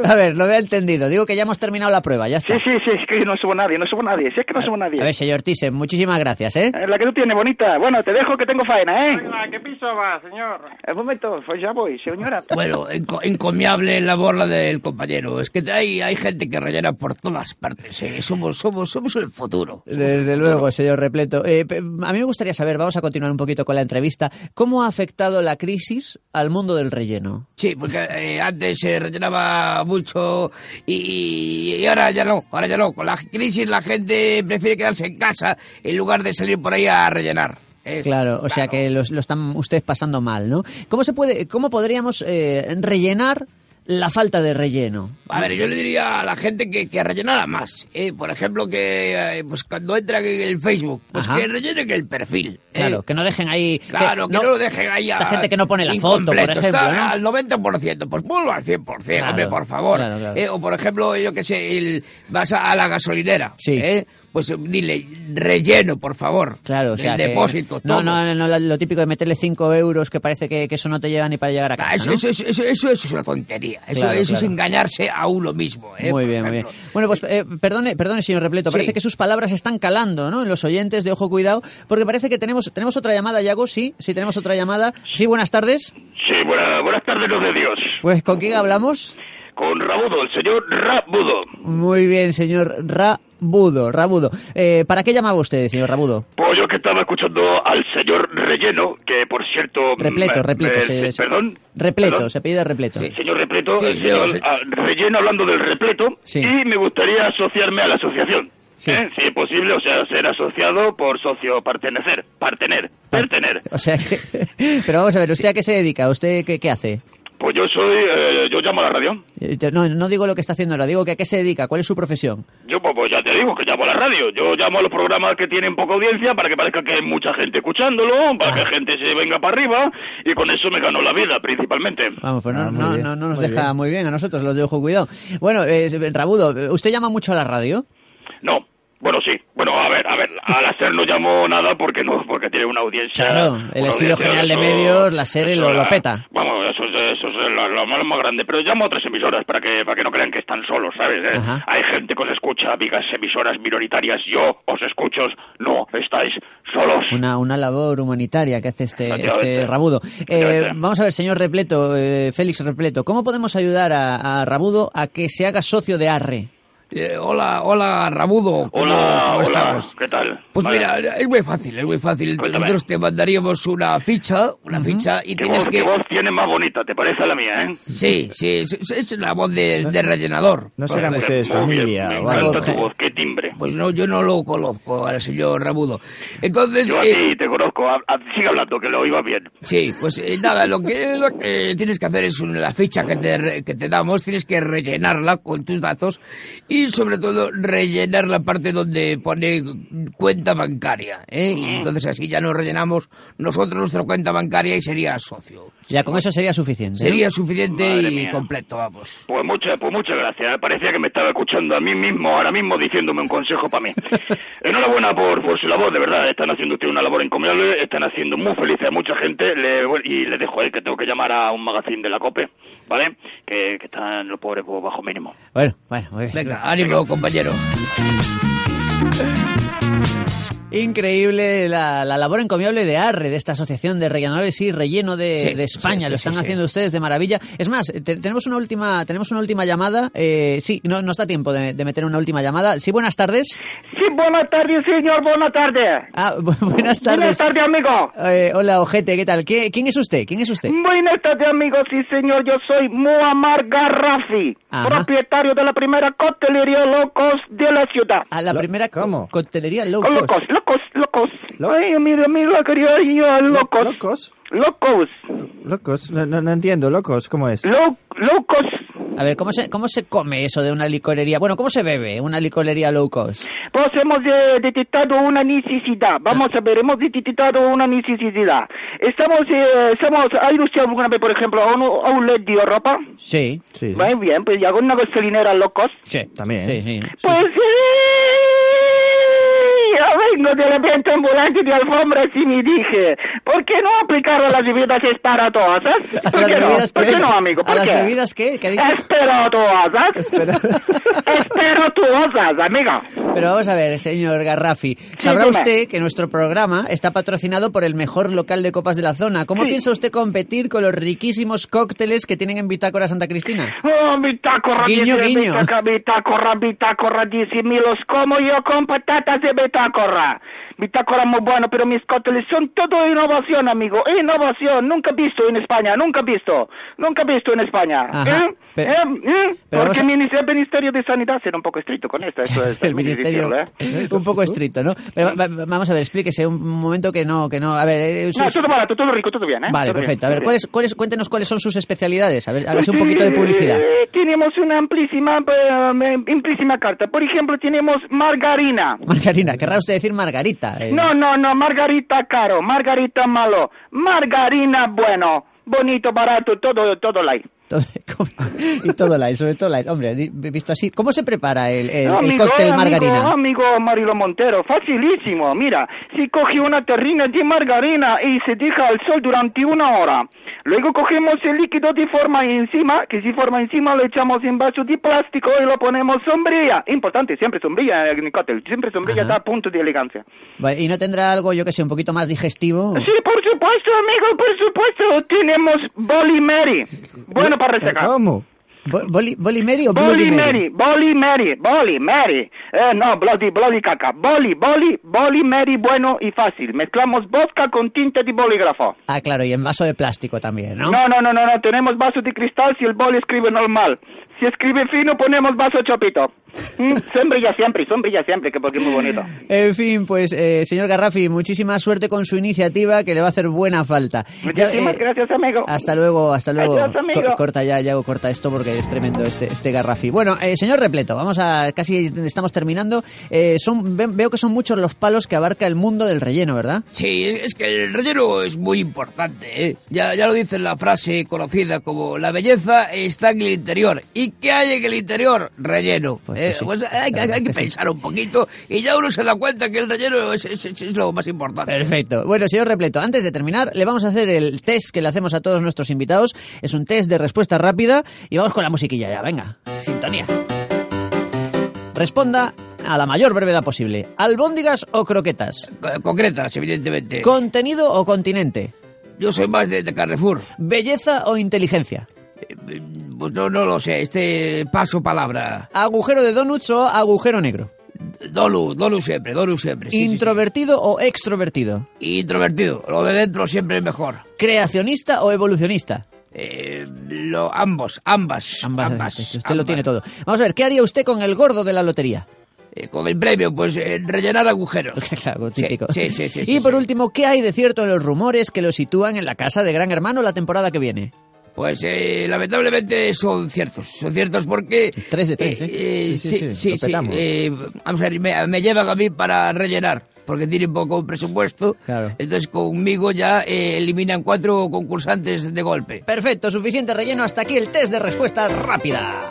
[SPEAKER 1] A ver, lo he entendido. Digo que ya hemos terminado la prueba, ya
[SPEAKER 12] Sí,
[SPEAKER 1] está.
[SPEAKER 12] sí, sí, es que no subo nadie, no subo nadie, si es que no subo nadie.
[SPEAKER 1] A ver, señor Thyssen, muchísimas gracias, ¿eh?
[SPEAKER 12] Eh, La que tú tienes, bonita. Bueno, te dejo que tengo faena, ¿eh?
[SPEAKER 13] Oiga, ¿qué piso va, señor?
[SPEAKER 12] Un momento, pues ya voy, señora.
[SPEAKER 5] Bueno, enco- encomiable la borla del compañero. Es que hay, hay gente que rellena por todas partes. ¿eh? Somos, somos, somos el futuro.
[SPEAKER 1] Desde luego, señor Repleto. Eh, pe- a mí me gustaría saber, vamos a continuar un poquito con la entrevista, ¿cómo ha afectado la crisis al mundo del relleno?
[SPEAKER 5] Sí, porque eh, antes se rellenaba mucho y, y ahora ya no, ahora ya no. Con la crisis la gente prefiere quedarse en casa en lugar de salir por ahí a rellenar. ¿eh?
[SPEAKER 1] Claro, o sea que los- lo, están ustedes pasando mal, ¿no? ¿Cómo, se puede, cómo podríamos eh, rellenar la falta de relleno?
[SPEAKER 5] A ver, yo le diría a la gente que, que rellenara más. ¿eh? Por ejemplo, que eh, pues cuando entra en el Facebook, pues
[SPEAKER 1] Ajá.
[SPEAKER 5] que rellenen el perfil. ¿eh?
[SPEAKER 1] Claro, que no dejen ahí... que
[SPEAKER 5] Claro, que no, lo dejen ahí a...
[SPEAKER 1] Esta gente que no pone la foto, por
[SPEAKER 5] incompleto,
[SPEAKER 1] ejemplo,
[SPEAKER 5] está
[SPEAKER 1] ¿no?
[SPEAKER 5] al 90%, pues ponlo al 100%,
[SPEAKER 1] Claro,
[SPEAKER 5] hombre, por favor.
[SPEAKER 1] claro, claro.
[SPEAKER 5] Eh, o por ejemplo, yo qué sé, el- vas a, a la gasolinera, ¿eh? pues eh, dile, relleno, por favor.
[SPEAKER 1] Claro, o
[SPEAKER 5] del
[SPEAKER 1] sea que-
[SPEAKER 5] depósito,
[SPEAKER 1] no,
[SPEAKER 5] todo.
[SPEAKER 1] no, no, lo- lo típico de meterle 5 euros que parece que, que eso no te lleva ni para llegar a casa,
[SPEAKER 5] Ah, eso,
[SPEAKER 1] ¿no?
[SPEAKER 5] eso, eso, eso- eso es una tontería. Eso,
[SPEAKER 1] Claro,
[SPEAKER 5] eso es
[SPEAKER 1] claro.
[SPEAKER 5] engañarse a uno mismo. ¿eh?
[SPEAKER 1] Muy
[SPEAKER 5] Por
[SPEAKER 1] bien, muy bien.
[SPEAKER 5] ejemplo.
[SPEAKER 1] Bueno, pues eh, perdone, perdone, señor Repleto, parece
[SPEAKER 5] Sí.
[SPEAKER 1] que sus palabras están calando, ¿no? En los oyentes de Ojo Cuidado, porque parece que tenemos tenemos otra llamada, Yago, sí, sí, tenemos otra llamada. Sí, buenas tardes.
[SPEAKER 14] Sí, buena- buenas tardes, los de Dios.
[SPEAKER 1] Pues, ¿con quién hablamos?
[SPEAKER 14] Con Rabudo, el señor Rabudo.
[SPEAKER 1] Muy bien, señor Rabudo, Rabudo. Eh, ¿Para qué llamaba usted, señor Rabudo?
[SPEAKER 14] Pues yo que estaba escuchando al señor Relleno, que por cierto...
[SPEAKER 1] Repleto,
[SPEAKER 14] eh,
[SPEAKER 1] repleto.
[SPEAKER 14] eh,
[SPEAKER 1] se- se-
[SPEAKER 14] perdón.
[SPEAKER 1] Repleto,
[SPEAKER 14] perdón.
[SPEAKER 1] se pide repleto.
[SPEAKER 14] Señor Repleto,
[SPEAKER 1] Sí,
[SPEAKER 14] el señor
[SPEAKER 1] señor, sí.
[SPEAKER 14] ah, Relleno hablando del repleto. Y me gustaría asociarme a la asociación. ¿eh? Si es posible, o sea, ser asociado por socio pertenecer, partener, pertener.
[SPEAKER 1] O sea, que- pero vamos a ver, ¿usted a qué se dedica? ¿Usted qué, qué hace?
[SPEAKER 14] Pues yo soy, eh, yo llamo a la radio.
[SPEAKER 1] Eh, yo- No, no digo lo que está haciendo ahora, digo que a qué se dedica, cuál es su profesión.
[SPEAKER 14] Yo pues, pues ya te digo que llamo a la radio, yo llamo a los programas que tienen poca audiencia para que parezca que hay mucha gente escuchándolo,
[SPEAKER 1] Ah.
[SPEAKER 14] para que gente se venga para arriba y con eso me gano la vida principalmente.
[SPEAKER 1] Vamos, pues no, no, no, no nos deja muy bien a nosotros, los de Ojo Cuidado. Bueno, eh, Rabudo, ¿usted llama mucho a la radio?
[SPEAKER 14] No, bueno sí, bueno a ver, a ver, al hacer no llamo nada porque no, porque tiene una audiencia.
[SPEAKER 1] Claro, el
[SPEAKER 14] una
[SPEAKER 1] Estudio
[SPEAKER 14] audiencia,
[SPEAKER 1] General de
[SPEAKER 14] eso-
[SPEAKER 1] Medios, la serie lo, lo
[SPEAKER 14] la-
[SPEAKER 1] peta.
[SPEAKER 14] Vamos, eso, es- eso es lo, lo más, lo más grande, pero llamo a otras emisoras para que, para que no crean que están solos, ¿sabes? Eh,
[SPEAKER 1] Ajá.
[SPEAKER 14] Hay gente que os escucha, amigas emisoras minoritarias, yo os escucho, no estáis solos.
[SPEAKER 1] Una, una labor humanitaria que hace este,
[SPEAKER 14] Efectivamente.
[SPEAKER 1] este Rabudo. Eh,
[SPEAKER 14] Efectivamente.
[SPEAKER 1] vamos a ver, señor Repleto, eh, Félix Repleto, ¿cómo podemos ayudar a, a Rabudo a que se haga socio de ARRE?
[SPEAKER 5] Eh, hola, hola, Rabudo. ¿Cómo,
[SPEAKER 14] Hola,
[SPEAKER 5] cómo
[SPEAKER 14] hola,
[SPEAKER 5] estamos?
[SPEAKER 14] ¿qué tal?
[SPEAKER 5] Pues
[SPEAKER 14] Vale.
[SPEAKER 5] mira, es muy fácil, es muy fácil.
[SPEAKER 14] Cuéntame.
[SPEAKER 5] Nosotros te mandaríamos una ficha, una ficha y
[SPEAKER 14] ¿Qué
[SPEAKER 5] tienes
[SPEAKER 14] voz,
[SPEAKER 5] que...
[SPEAKER 14] qué voz tiene más bonita? ¿Te parece a la mía, eh?
[SPEAKER 5] Sí, sí, es, es- es la voz del del rellenador.
[SPEAKER 3] ¿No serán
[SPEAKER 5] Vale.
[SPEAKER 3] ustedes familia
[SPEAKER 14] Pues, Me
[SPEAKER 3] o algo?
[SPEAKER 14] encanta tu voz, qué timbre.
[SPEAKER 5] Pues no, yo no lo conozco al señor Rabudo. Entonces...
[SPEAKER 14] Yo a
[SPEAKER 5] eh,
[SPEAKER 14] ti te conozco, a- a- sigue hablando que lo iba bien.
[SPEAKER 5] Sí, pues eh, nada, lo que, lo que tienes que hacer es una, la ficha que te, re- que te damos, tienes que rellenarla con tus datos y sobre todo rellenar la parte donde pone cuenta bancaria. ¿eh?
[SPEAKER 14] Mm.
[SPEAKER 5] Y entonces así ya nos rellenamos nosotros nuestra cuenta bancaria y sería socio.
[SPEAKER 1] Ya con eso sería suficiente. ¿no?
[SPEAKER 5] Sería suficiente
[SPEAKER 14] Madre
[SPEAKER 5] y
[SPEAKER 14] mía.
[SPEAKER 5] completo, vamos.
[SPEAKER 14] Pues muchas, pues muchas gracias. Parecía que me estaba escuchando a mí mismo, ahora mismo, diciéndome un consejo para mí. Enhorabuena por, por su labor, de verdad. Están haciendo ustedes una labor encomiable, están haciendo muy felices a mucha gente. Le- y les dejo ahí que tengo que llamar a un magazine de la COPE, ¿vale? Que, que están los pobres por bajo mínimo.
[SPEAKER 1] Bueno, bueno, muy bien.
[SPEAKER 5] Venga, ánimo, compañero.
[SPEAKER 1] Increíble la, la labor encomiable de ARRE, de esta asociación de rellenadores y relleno de,
[SPEAKER 3] Sí,
[SPEAKER 1] de España.
[SPEAKER 3] sí, sí,
[SPEAKER 1] Lo están
[SPEAKER 3] sí, sí.
[SPEAKER 1] haciendo ustedes de maravilla. Es más, te- tenemos una última tenemos una última llamada. Eh, sí, no nos da tiempo de, de meter una última llamada. Sí, buenas tardes.
[SPEAKER 12] Sí, buenas tardes, señor, buenas tardes.
[SPEAKER 1] Ah, bu- buenas
[SPEAKER 12] Buenas
[SPEAKER 1] tardes.
[SPEAKER 12] tardes, amigo.
[SPEAKER 1] Eh, hola, Ojete, ¿qué tal? ¿Qué- ¿Quién es usted? ¿Quién es usted?
[SPEAKER 12] Buenas tardes, amigos. Sí, señor, yo soy Muammar Garrafi,
[SPEAKER 1] Ajá.
[SPEAKER 12] propietario de la primera coctelería Locos de la ciudad.
[SPEAKER 1] A Ah, la primera co- coctelería low
[SPEAKER 12] Con
[SPEAKER 1] cost.
[SPEAKER 12] Oh, Locos, locos, locos. Ay, amigo, amigo, querido, yo, locos.
[SPEAKER 3] ¿Locos?
[SPEAKER 12] Locos.
[SPEAKER 3] Locos, no, no- no entiendo, locos, ¿cómo es?
[SPEAKER 12] locos.
[SPEAKER 1] A ver, ¿cómo se, ¿cómo se come eso de una licorería? Bueno, ¿cómo se bebe una licorería low cost?
[SPEAKER 12] Pues hemos eh, detectado una necesidad. Vamos a ver, hemos detectado una necesidad. Estamos, eh, estamos, ¿ha ido usted alguna vez, por ejemplo, a un outlet de ropa?
[SPEAKER 1] Sí.
[SPEAKER 3] Sí.
[SPEAKER 12] Muy bien, pues ya con una gasolinera locos.
[SPEAKER 1] Sí.
[SPEAKER 3] También. ¿eh?
[SPEAKER 12] Pues sí, yo vengo de la venta ambulante de alfombras y me dije, ¿por qué no aplicar a las bebidas esperatosas?
[SPEAKER 1] ¿A
[SPEAKER 12] ¿Por
[SPEAKER 1] las
[SPEAKER 12] qué no?
[SPEAKER 1] bebidas
[SPEAKER 12] ¿Por
[SPEAKER 1] qué?
[SPEAKER 12] qué no, amigo? ¿Por
[SPEAKER 1] ¿A las
[SPEAKER 12] qué?
[SPEAKER 1] bebidas qué? ¿Qué ha dicho?
[SPEAKER 12] Esperatosas. Pues Esperatosas, amigo.
[SPEAKER 1] Pero vamos a ver, señor Garrafi, sabrá
[SPEAKER 12] dime.
[SPEAKER 1] usted que nuestro programa está patrocinado por el mejor local de copas de la zona. ¿Cómo piensa usted competir con los riquísimos cócteles que tienen en Bitácora Santa Cristina?
[SPEAKER 12] Oh, mi taco rabioso
[SPEAKER 1] Guiño,
[SPEAKER 12] de
[SPEAKER 1] guiño.
[SPEAKER 12] bitácora, mi taco ra- mi taco radísimo, me los como yo con patatas de bitácora. Bitácora muy bueno, pero mis cócteles son todo innovación, amigo. Innovación, nunca visto en España, nunca visto. Nunca visto en España.
[SPEAKER 1] Ajá,
[SPEAKER 12] ¿Eh?
[SPEAKER 1] pe-
[SPEAKER 12] ¿Eh? ¿Eh?
[SPEAKER 1] pero
[SPEAKER 12] Porque
[SPEAKER 1] vamos a-
[SPEAKER 12] el Ministerio- el Ministerio de Sanidad será un poco estricto con esto. esto- esto
[SPEAKER 1] el
[SPEAKER 12] hay que
[SPEAKER 1] ministerio
[SPEAKER 12] decirlo, ¿eh?
[SPEAKER 1] un poco estricto, ¿no? Pero va- va- vamos a ver, explíquese un momento que no, que no. A ver, eh,
[SPEAKER 12] No,
[SPEAKER 1] sus-
[SPEAKER 12] todo barato, todo rico, todo bien, ¿eh?
[SPEAKER 1] vale,
[SPEAKER 12] Todo bien,
[SPEAKER 1] perfecto.
[SPEAKER 12] todo
[SPEAKER 1] A ver,
[SPEAKER 12] bien.
[SPEAKER 1] ¿cuáles, cuáles, cuéntenos cuáles son sus especialidades. A ver, hágase un
[SPEAKER 12] Pues,
[SPEAKER 1] poquito de
[SPEAKER 12] eh,
[SPEAKER 1] publicidad.
[SPEAKER 12] eh, Tenemos una amplísima, eh, amplísima carta. Por ejemplo, tenemos margarina.
[SPEAKER 1] Margarina, querrá usted decir Margarita. eh.
[SPEAKER 12] No, no, no, Margarita caro, Margarita malo, Margarina bueno, bonito, barato, todo, todo like.
[SPEAKER 1] Todo- y todo light, sobre todo light. Hombre, di- visto así, ¿cómo se prepara el, el- el
[SPEAKER 12] amigo,
[SPEAKER 1] cóctel
[SPEAKER 12] amigo,
[SPEAKER 1] Margarina?
[SPEAKER 12] Amigo Marilo Montero, facilísimo, mira, si coge una terrina de margarina y se deja al sol durante una hora, luego cogemos el líquido de forma encima, que si forma encima lo echamos en vaso de plástico y lo ponemos sombrilla, importante, siempre sombrilla en el cóctel, siempre sombrilla da punto de elegancia.
[SPEAKER 1] Vale, ¿Y no tendrá algo, yo que sé, un poquito más digestivo?
[SPEAKER 12] Sí, por supuesto, amigo, por supuesto, tenemos Bolly Mary, bueno para resecar.
[SPEAKER 3] ¿Cómo?
[SPEAKER 1] Bo- Boli, Boli Mary o
[SPEAKER 12] Bolly
[SPEAKER 1] Bloody Mary?
[SPEAKER 12] Mary, Bolly Mary, Bolly Mary. Eh, no, Bloody, Bloody caca. Bolly, Bolly, Bolly Mary, bueno y fácil. Mezclamos vodka con tinta de bolígrafo.
[SPEAKER 1] Ah, claro, y en vaso de plástico también, ¿no?
[SPEAKER 12] No, no, no, no, no. Tenemos vaso de cristal si el boli escribe normal. Si escribe fino, ponemos vaso chopito. Mm, sombrilla siempre, sombrilla siempre, que porque es muy bonito.
[SPEAKER 1] En fin, pues, eh, señor Garrafi, muchísima suerte con su iniciativa, que le va a hacer buena falta. Ya,
[SPEAKER 12] Muchísimas
[SPEAKER 1] eh,
[SPEAKER 12] gracias, amigo.
[SPEAKER 1] Hasta luego, hasta luego.
[SPEAKER 12] Adiós, amigo.
[SPEAKER 1] Co- corta ya, ya corta esto porque es tremendo este, este garrafi. Bueno, eh, señor Repleto, vamos a. casi estamos terminando. Eh, son, ve- veo que son muchos los palos que abarca el mundo del relleno, ¿verdad?
[SPEAKER 5] Sí, es que el relleno es muy importante, ¿eh? Ya, ya lo dice la frase conocida como la belleza está en el interior. ¿Y qué hay en el interior? Relleno. ¿eh? Pues hay, que- hay que pensar un poquito y ya uno se da cuenta que el relleno es, es- es- es lo más importante.
[SPEAKER 1] Perfecto. Bueno, señor Repleto, antes de terminar, le vamos a hacer el test que le hacemos a todos nuestros invitados. Es un test de respuesta rápida y vamos con la musiquilla ya, venga. Sintonía. Responda a la mayor brevedad posible. ¿Albóndigas o croquetas?
[SPEAKER 5] Co- Concretas, evidentemente.
[SPEAKER 1] ¿Contenido o continente?
[SPEAKER 5] Yo soy más de, de Carrefour.
[SPEAKER 1] ¿Belleza o inteligencia?
[SPEAKER 5] Pues no, no lo sé, este paso palabra.
[SPEAKER 1] ¿Agujero de donuts o agujero negro?
[SPEAKER 5] Dolu, Dolu siempre, Dolu siempre. sí, sí, sí.
[SPEAKER 1] ¿Introvertido o extrovertido?
[SPEAKER 5] Introvertido, lo de dentro siempre es mejor.
[SPEAKER 1] ¿Creacionista o evolucionista?
[SPEAKER 5] Eh, lo, ambos, ambas. Ambas.
[SPEAKER 1] eh, Usted lo tiene todo. Vamos a ver, ¿qué haría usted con el gordo de la lotería?
[SPEAKER 5] Eh, con el premio, pues eh, rellenar agujeros.
[SPEAKER 1] Claro,
[SPEAKER 5] Sí,
[SPEAKER 1] típico.
[SPEAKER 5] Sí, sí, sí.
[SPEAKER 1] y
[SPEAKER 5] sí,
[SPEAKER 1] por
[SPEAKER 5] sí.
[SPEAKER 1] último, ¿qué hay de cierto en los rumores que lo sitúan en la casa de Gran Hermano la temporada que viene?
[SPEAKER 5] Pues eh, lamentablemente son ciertos. Son ciertos porque.
[SPEAKER 1] Tres de tres, ¿eh?
[SPEAKER 5] eh,
[SPEAKER 1] Sí,
[SPEAKER 5] sí,
[SPEAKER 1] sí,
[SPEAKER 5] sí,
[SPEAKER 1] sí, lo
[SPEAKER 5] sí,
[SPEAKER 1] petamos.
[SPEAKER 5] eh, vamos a ver, me, me llevan a mí para rellenar. Porque tienen poco presupuesto.
[SPEAKER 1] Claro.
[SPEAKER 5] Entonces conmigo ya eh, eliminan cuatro concursantes de golpe.
[SPEAKER 1] Perfecto, suficiente relleno. Hasta aquí el test de respuesta rápida.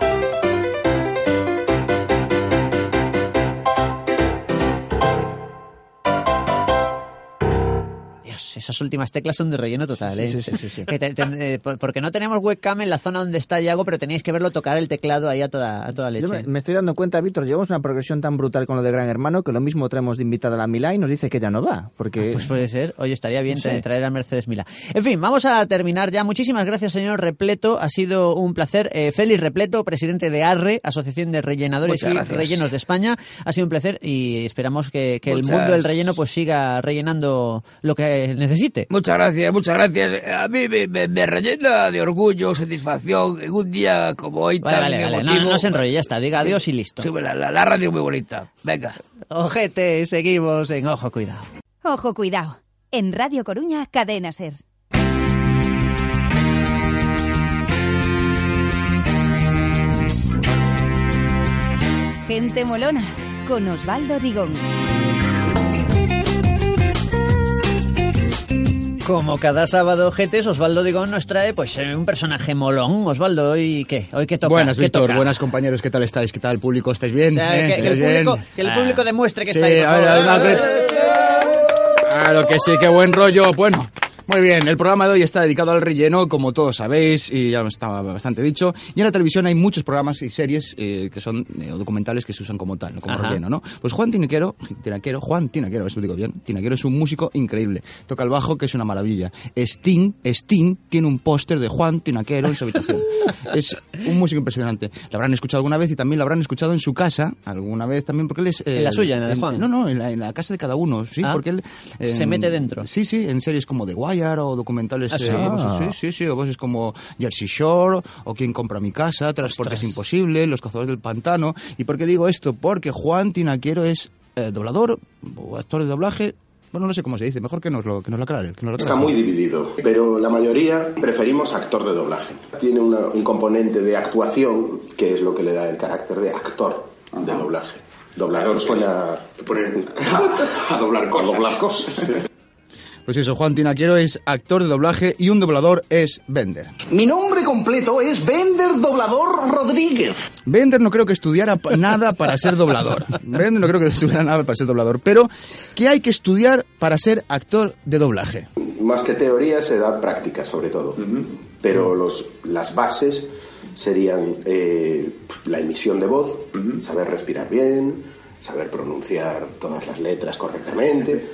[SPEAKER 1] Dios, es Esas últimas teclas son de relleno total, ¿eh?
[SPEAKER 3] Sí, sí, sí, sí, sí.
[SPEAKER 1] Que te- te- eh, por- porque no tenemos webcam en la zona donde está Yago, pero tenéis que verlo tocar el teclado ahí a toda, a toda leche.
[SPEAKER 3] Yo me, me estoy dando cuenta, Víctor, llevamos una progresión tan brutal con lo de Gran Hermano que lo mismo traemos de invitada a la Milá y nos dice que ya no va. Porque...
[SPEAKER 1] Pues puede ser. Oye, estaría bien
[SPEAKER 3] No sé.
[SPEAKER 1] tra- traer a Mercedes Mila. En fin, vamos a terminar ya. Muchísimas gracias, señor Repleto. Ha sido un placer. Eh, Félix Repleto, presidente de ARRE, Asociación de Rellenadores
[SPEAKER 5] Muchas
[SPEAKER 1] y
[SPEAKER 5] gracias.
[SPEAKER 1] Rellenos de España. Ha sido un placer y esperamos que, que el
[SPEAKER 5] Muchas-
[SPEAKER 1] mundo del relleno pues siga rellenando lo que necesite.
[SPEAKER 5] Muchas gracias, muchas gracias. A mí me, me- me rellena de orgullo, satisfacción. en Un día como hoy
[SPEAKER 1] Vale,
[SPEAKER 5] tan
[SPEAKER 1] vale, vale. No,
[SPEAKER 5] emotivo.
[SPEAKER 1] no se enrolle, ya está. Diga adiós y listo.
[SPEAKER 5] Sí, la, la- la radio es muy bonita. Venga.
[SPEAKER 1] Ojete, seguimos en Ojo Cuidado.
[SPEAKER 6] Ojo, cuidado. En Radio Coruña, Cadena Ser. Gente molona con Osvaldo Rigón.
[SPEAKER 1] Como cada sábado, Ojetes, Osvaldo Digón nos trae pues eh, un personaje molón. Osvaldo, ¿hoy qué? ¿Hoy qué toca?
[SPEAKER 2] Buenas,
[SPEAKER 1] ¿Qué
[SPEAKER 2] Víctor.
[SPEAKER 1] toca?
[SPEAKER 2] Buenas, compañeros. ¿Qué tal estáis? ¿Qué tal, público? ¿Estáis
[SPEAKER 1] O
[SPEAKER 2] bien?
[SPEAKER 1] sea,
[SPEAKER 2] ¿Eh?
[SPEAKER 1] que, que el
[SPEAKER 2] ¿Estáis
[SPEAKER 1] público,
[SPEAKER 2] bien? Ah.
[SPEAKER 1] que el público demuestre que
[SPEAKER 2] Sí,
[SPEAKER 1] está ahí. por
[SPEAKER 2] a ver,
[SPEAKER 1] favor.
[SPEAKER 2] a ver, Claro que sí, qué buen rollo. Bueno, muy bien, el programa de hoy está dedicado al relleno, como todos sabéis, y ya está bastante dicho. Y en la televisión hay muchos programas y series eh, que son eh, documentales que se usan como tal, no como
[SPEAKER 1] Ajá.
[SPEAKER 2] relleno, ¿no? Pues Juan Tinaquero, Tinaquero, Juan Tinaquero, a ver si lo digo bien, Tinaquero es un músico increíble. Toca el bajo, que es una maravilla. Sting, Sting tiene un póster de Juan Tinaquero en su habitación. es un músico impresionante. Lo habrán escuchado alguna vez y también lo habrán escuchado en su casa, alguna vez también, porque él es... eh,
[SPEAKER 1] En la
[SPEAKER 2] el-
[SPEAKER 1] suya, en la de
[SPEAKER 2] el-
[SPEAKER 1] Juan.
[SPEAKER 2] No, no, en la, en la casa de cada uno, sí,
[SPEAKER 1] Ah.
[SPEAKER 2] porque él...
[SPEAKER 1] Se
[SPEAKER 2] en-
[SPEAKER 1] mete dentro.
[SPEAKER 2] Sí, sí, en series como The Wire o documentales.
[SPEAKER 1] Ah,
[SPEAKER 2] eh,
[SPEAKER 1] sí.
[SPEAKER 2] como esas,
[SPEAKER 1] Ah.
[SPEAKER 2] sí, sí, sí, o cosas como Jersey Shore o Quién compra mi casa, Transportes
[SPEAKER 1] Ostras.
[SPEAKER 2] imposible, Los cazadores del pantano. ¿Y por qué digo esto? Porque Juan Tinaquiero es eh, doblador o actor de doblaje. Bueno, no sé cómo se dice, mejor que nos lo, que nos lo aclare. Que nos lo
[SPEAKER 13] Está
[SPEAKER 2] aclare.
[SPEAKER 13] muy dividido, pero la mayoría preferimos actor de doblaje. Tiene una- un componente de actuación que es lo que le da el carácter de actor de doblaje. Doblador suena pues, a, doblar cosas.
[SPEAKER 2] Pues eso, Juan Tinaquiero es actor de doblaje y un doblador es Bender.
[SPEAKER 15] Mi nombre completo es Bender Doblador Rodríguez.
[SPEAKER 2] Bender no creo que estudiara pa- nada para ser doblador. Bender no creo que estudiara nada para ser doblador. Pero, ¿qué hay que estudiar para ser actor de doblaje?
[SPEAKER 13] Más que teoría se da práctica sobre todo, pero los, las bases serían eh, la emisión de voz, saber respirar bien, saber pronunciar todas las letras correctamente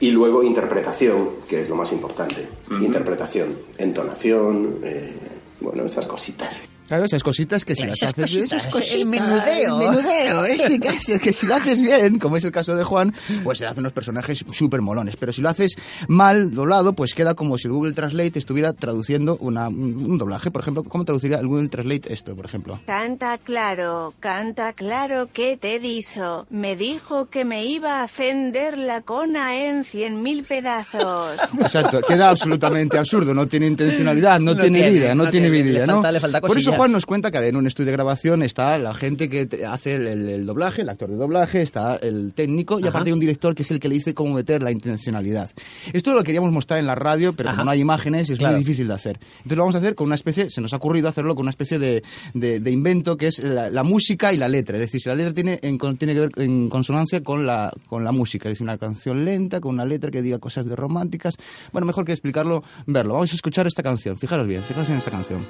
[SPEAKER 13] y luego interpretación, que es lo más importante. Interpretación, entonación, eh, bueno, esas cositas.
[SPEAKER 2] Claro, esas cositas que si
[SPEAKER 13] Claro,
[SPEAKER 2] las
[SPEAKER 13] esas
[SPEAKER 2] haces
[SPEAKER 13] cositas,
[SPEAKER 2] esas
[SPEAKER 13] el
[SPEAKER 2] cositas,
[SPEAKER 13] menudeo.
[SPEAKER 2] el menudeo, ese caso, que si lo haces bien, como es el caso de Juan, pues se hacen unos personajes súper molones. Pero si lo haces mal doblado, pues queda como si el Google Translate estuviera traduciendo una, un un doblaje. Por ejemplo, ¿cómo traduciría el Google Translate esto, por ejemplo?
[SPEAKER 16] Canta claro, canta claro que te diso. Me dijo que me iba a fender la cona en cien mil pedazos.
[SPEAKER 2] Exacto, queda absolutamente absurdo, no tiene intencionalidad, no,
[SPEAKER 1] No
[SPEAKER 2] tiene,
[SPEAKER 1] tiene,
[SPEAKER 2] vida, no,
[SPEAKER 1] no
[SPEAKER 2] tiene,
[SPEAKER 1] tiene, le
[SPEAKER 2] vida, ¿no?
[SPEAKER 1] falta- le falta
[SPEAKER 2] Por eso
[SPEAKER 1] cosilla.
[SPEAKER 2] Juan nos cuenta que en un estudio de grabación está la gente que te- hace el, el- el doblaje, el actor de doblaje, está el técnico y
[SPEAKER 1] Ajá.
[SPEAKER 2] aparte hay un director que es el que le dice cómo meter la intencionalidad. Esto lo queríamos mostrar en la radio, pero
[SPEAKER 1] Ajá.
[SPEAKER 2] como no hay imágenes es
[SPEAKER 1] Claro.
[SPEAKER 2] muy difícil de hacer. Entonces lo vamos a hacer con una especie, se nos ha ocurrido hacerlo con una especie de, de- de invento que es la, la música y la letra. Es decir, si la letra tiene, en con- tiene que ver en consonancia con la, con la música. Es decir, una canción lenta con una letra que diga cosas de románticas. Bueno, mejor que explicarlo, verlo. Vamos a escuchar esta canción. Fijaros bien, fijaros en esta canción.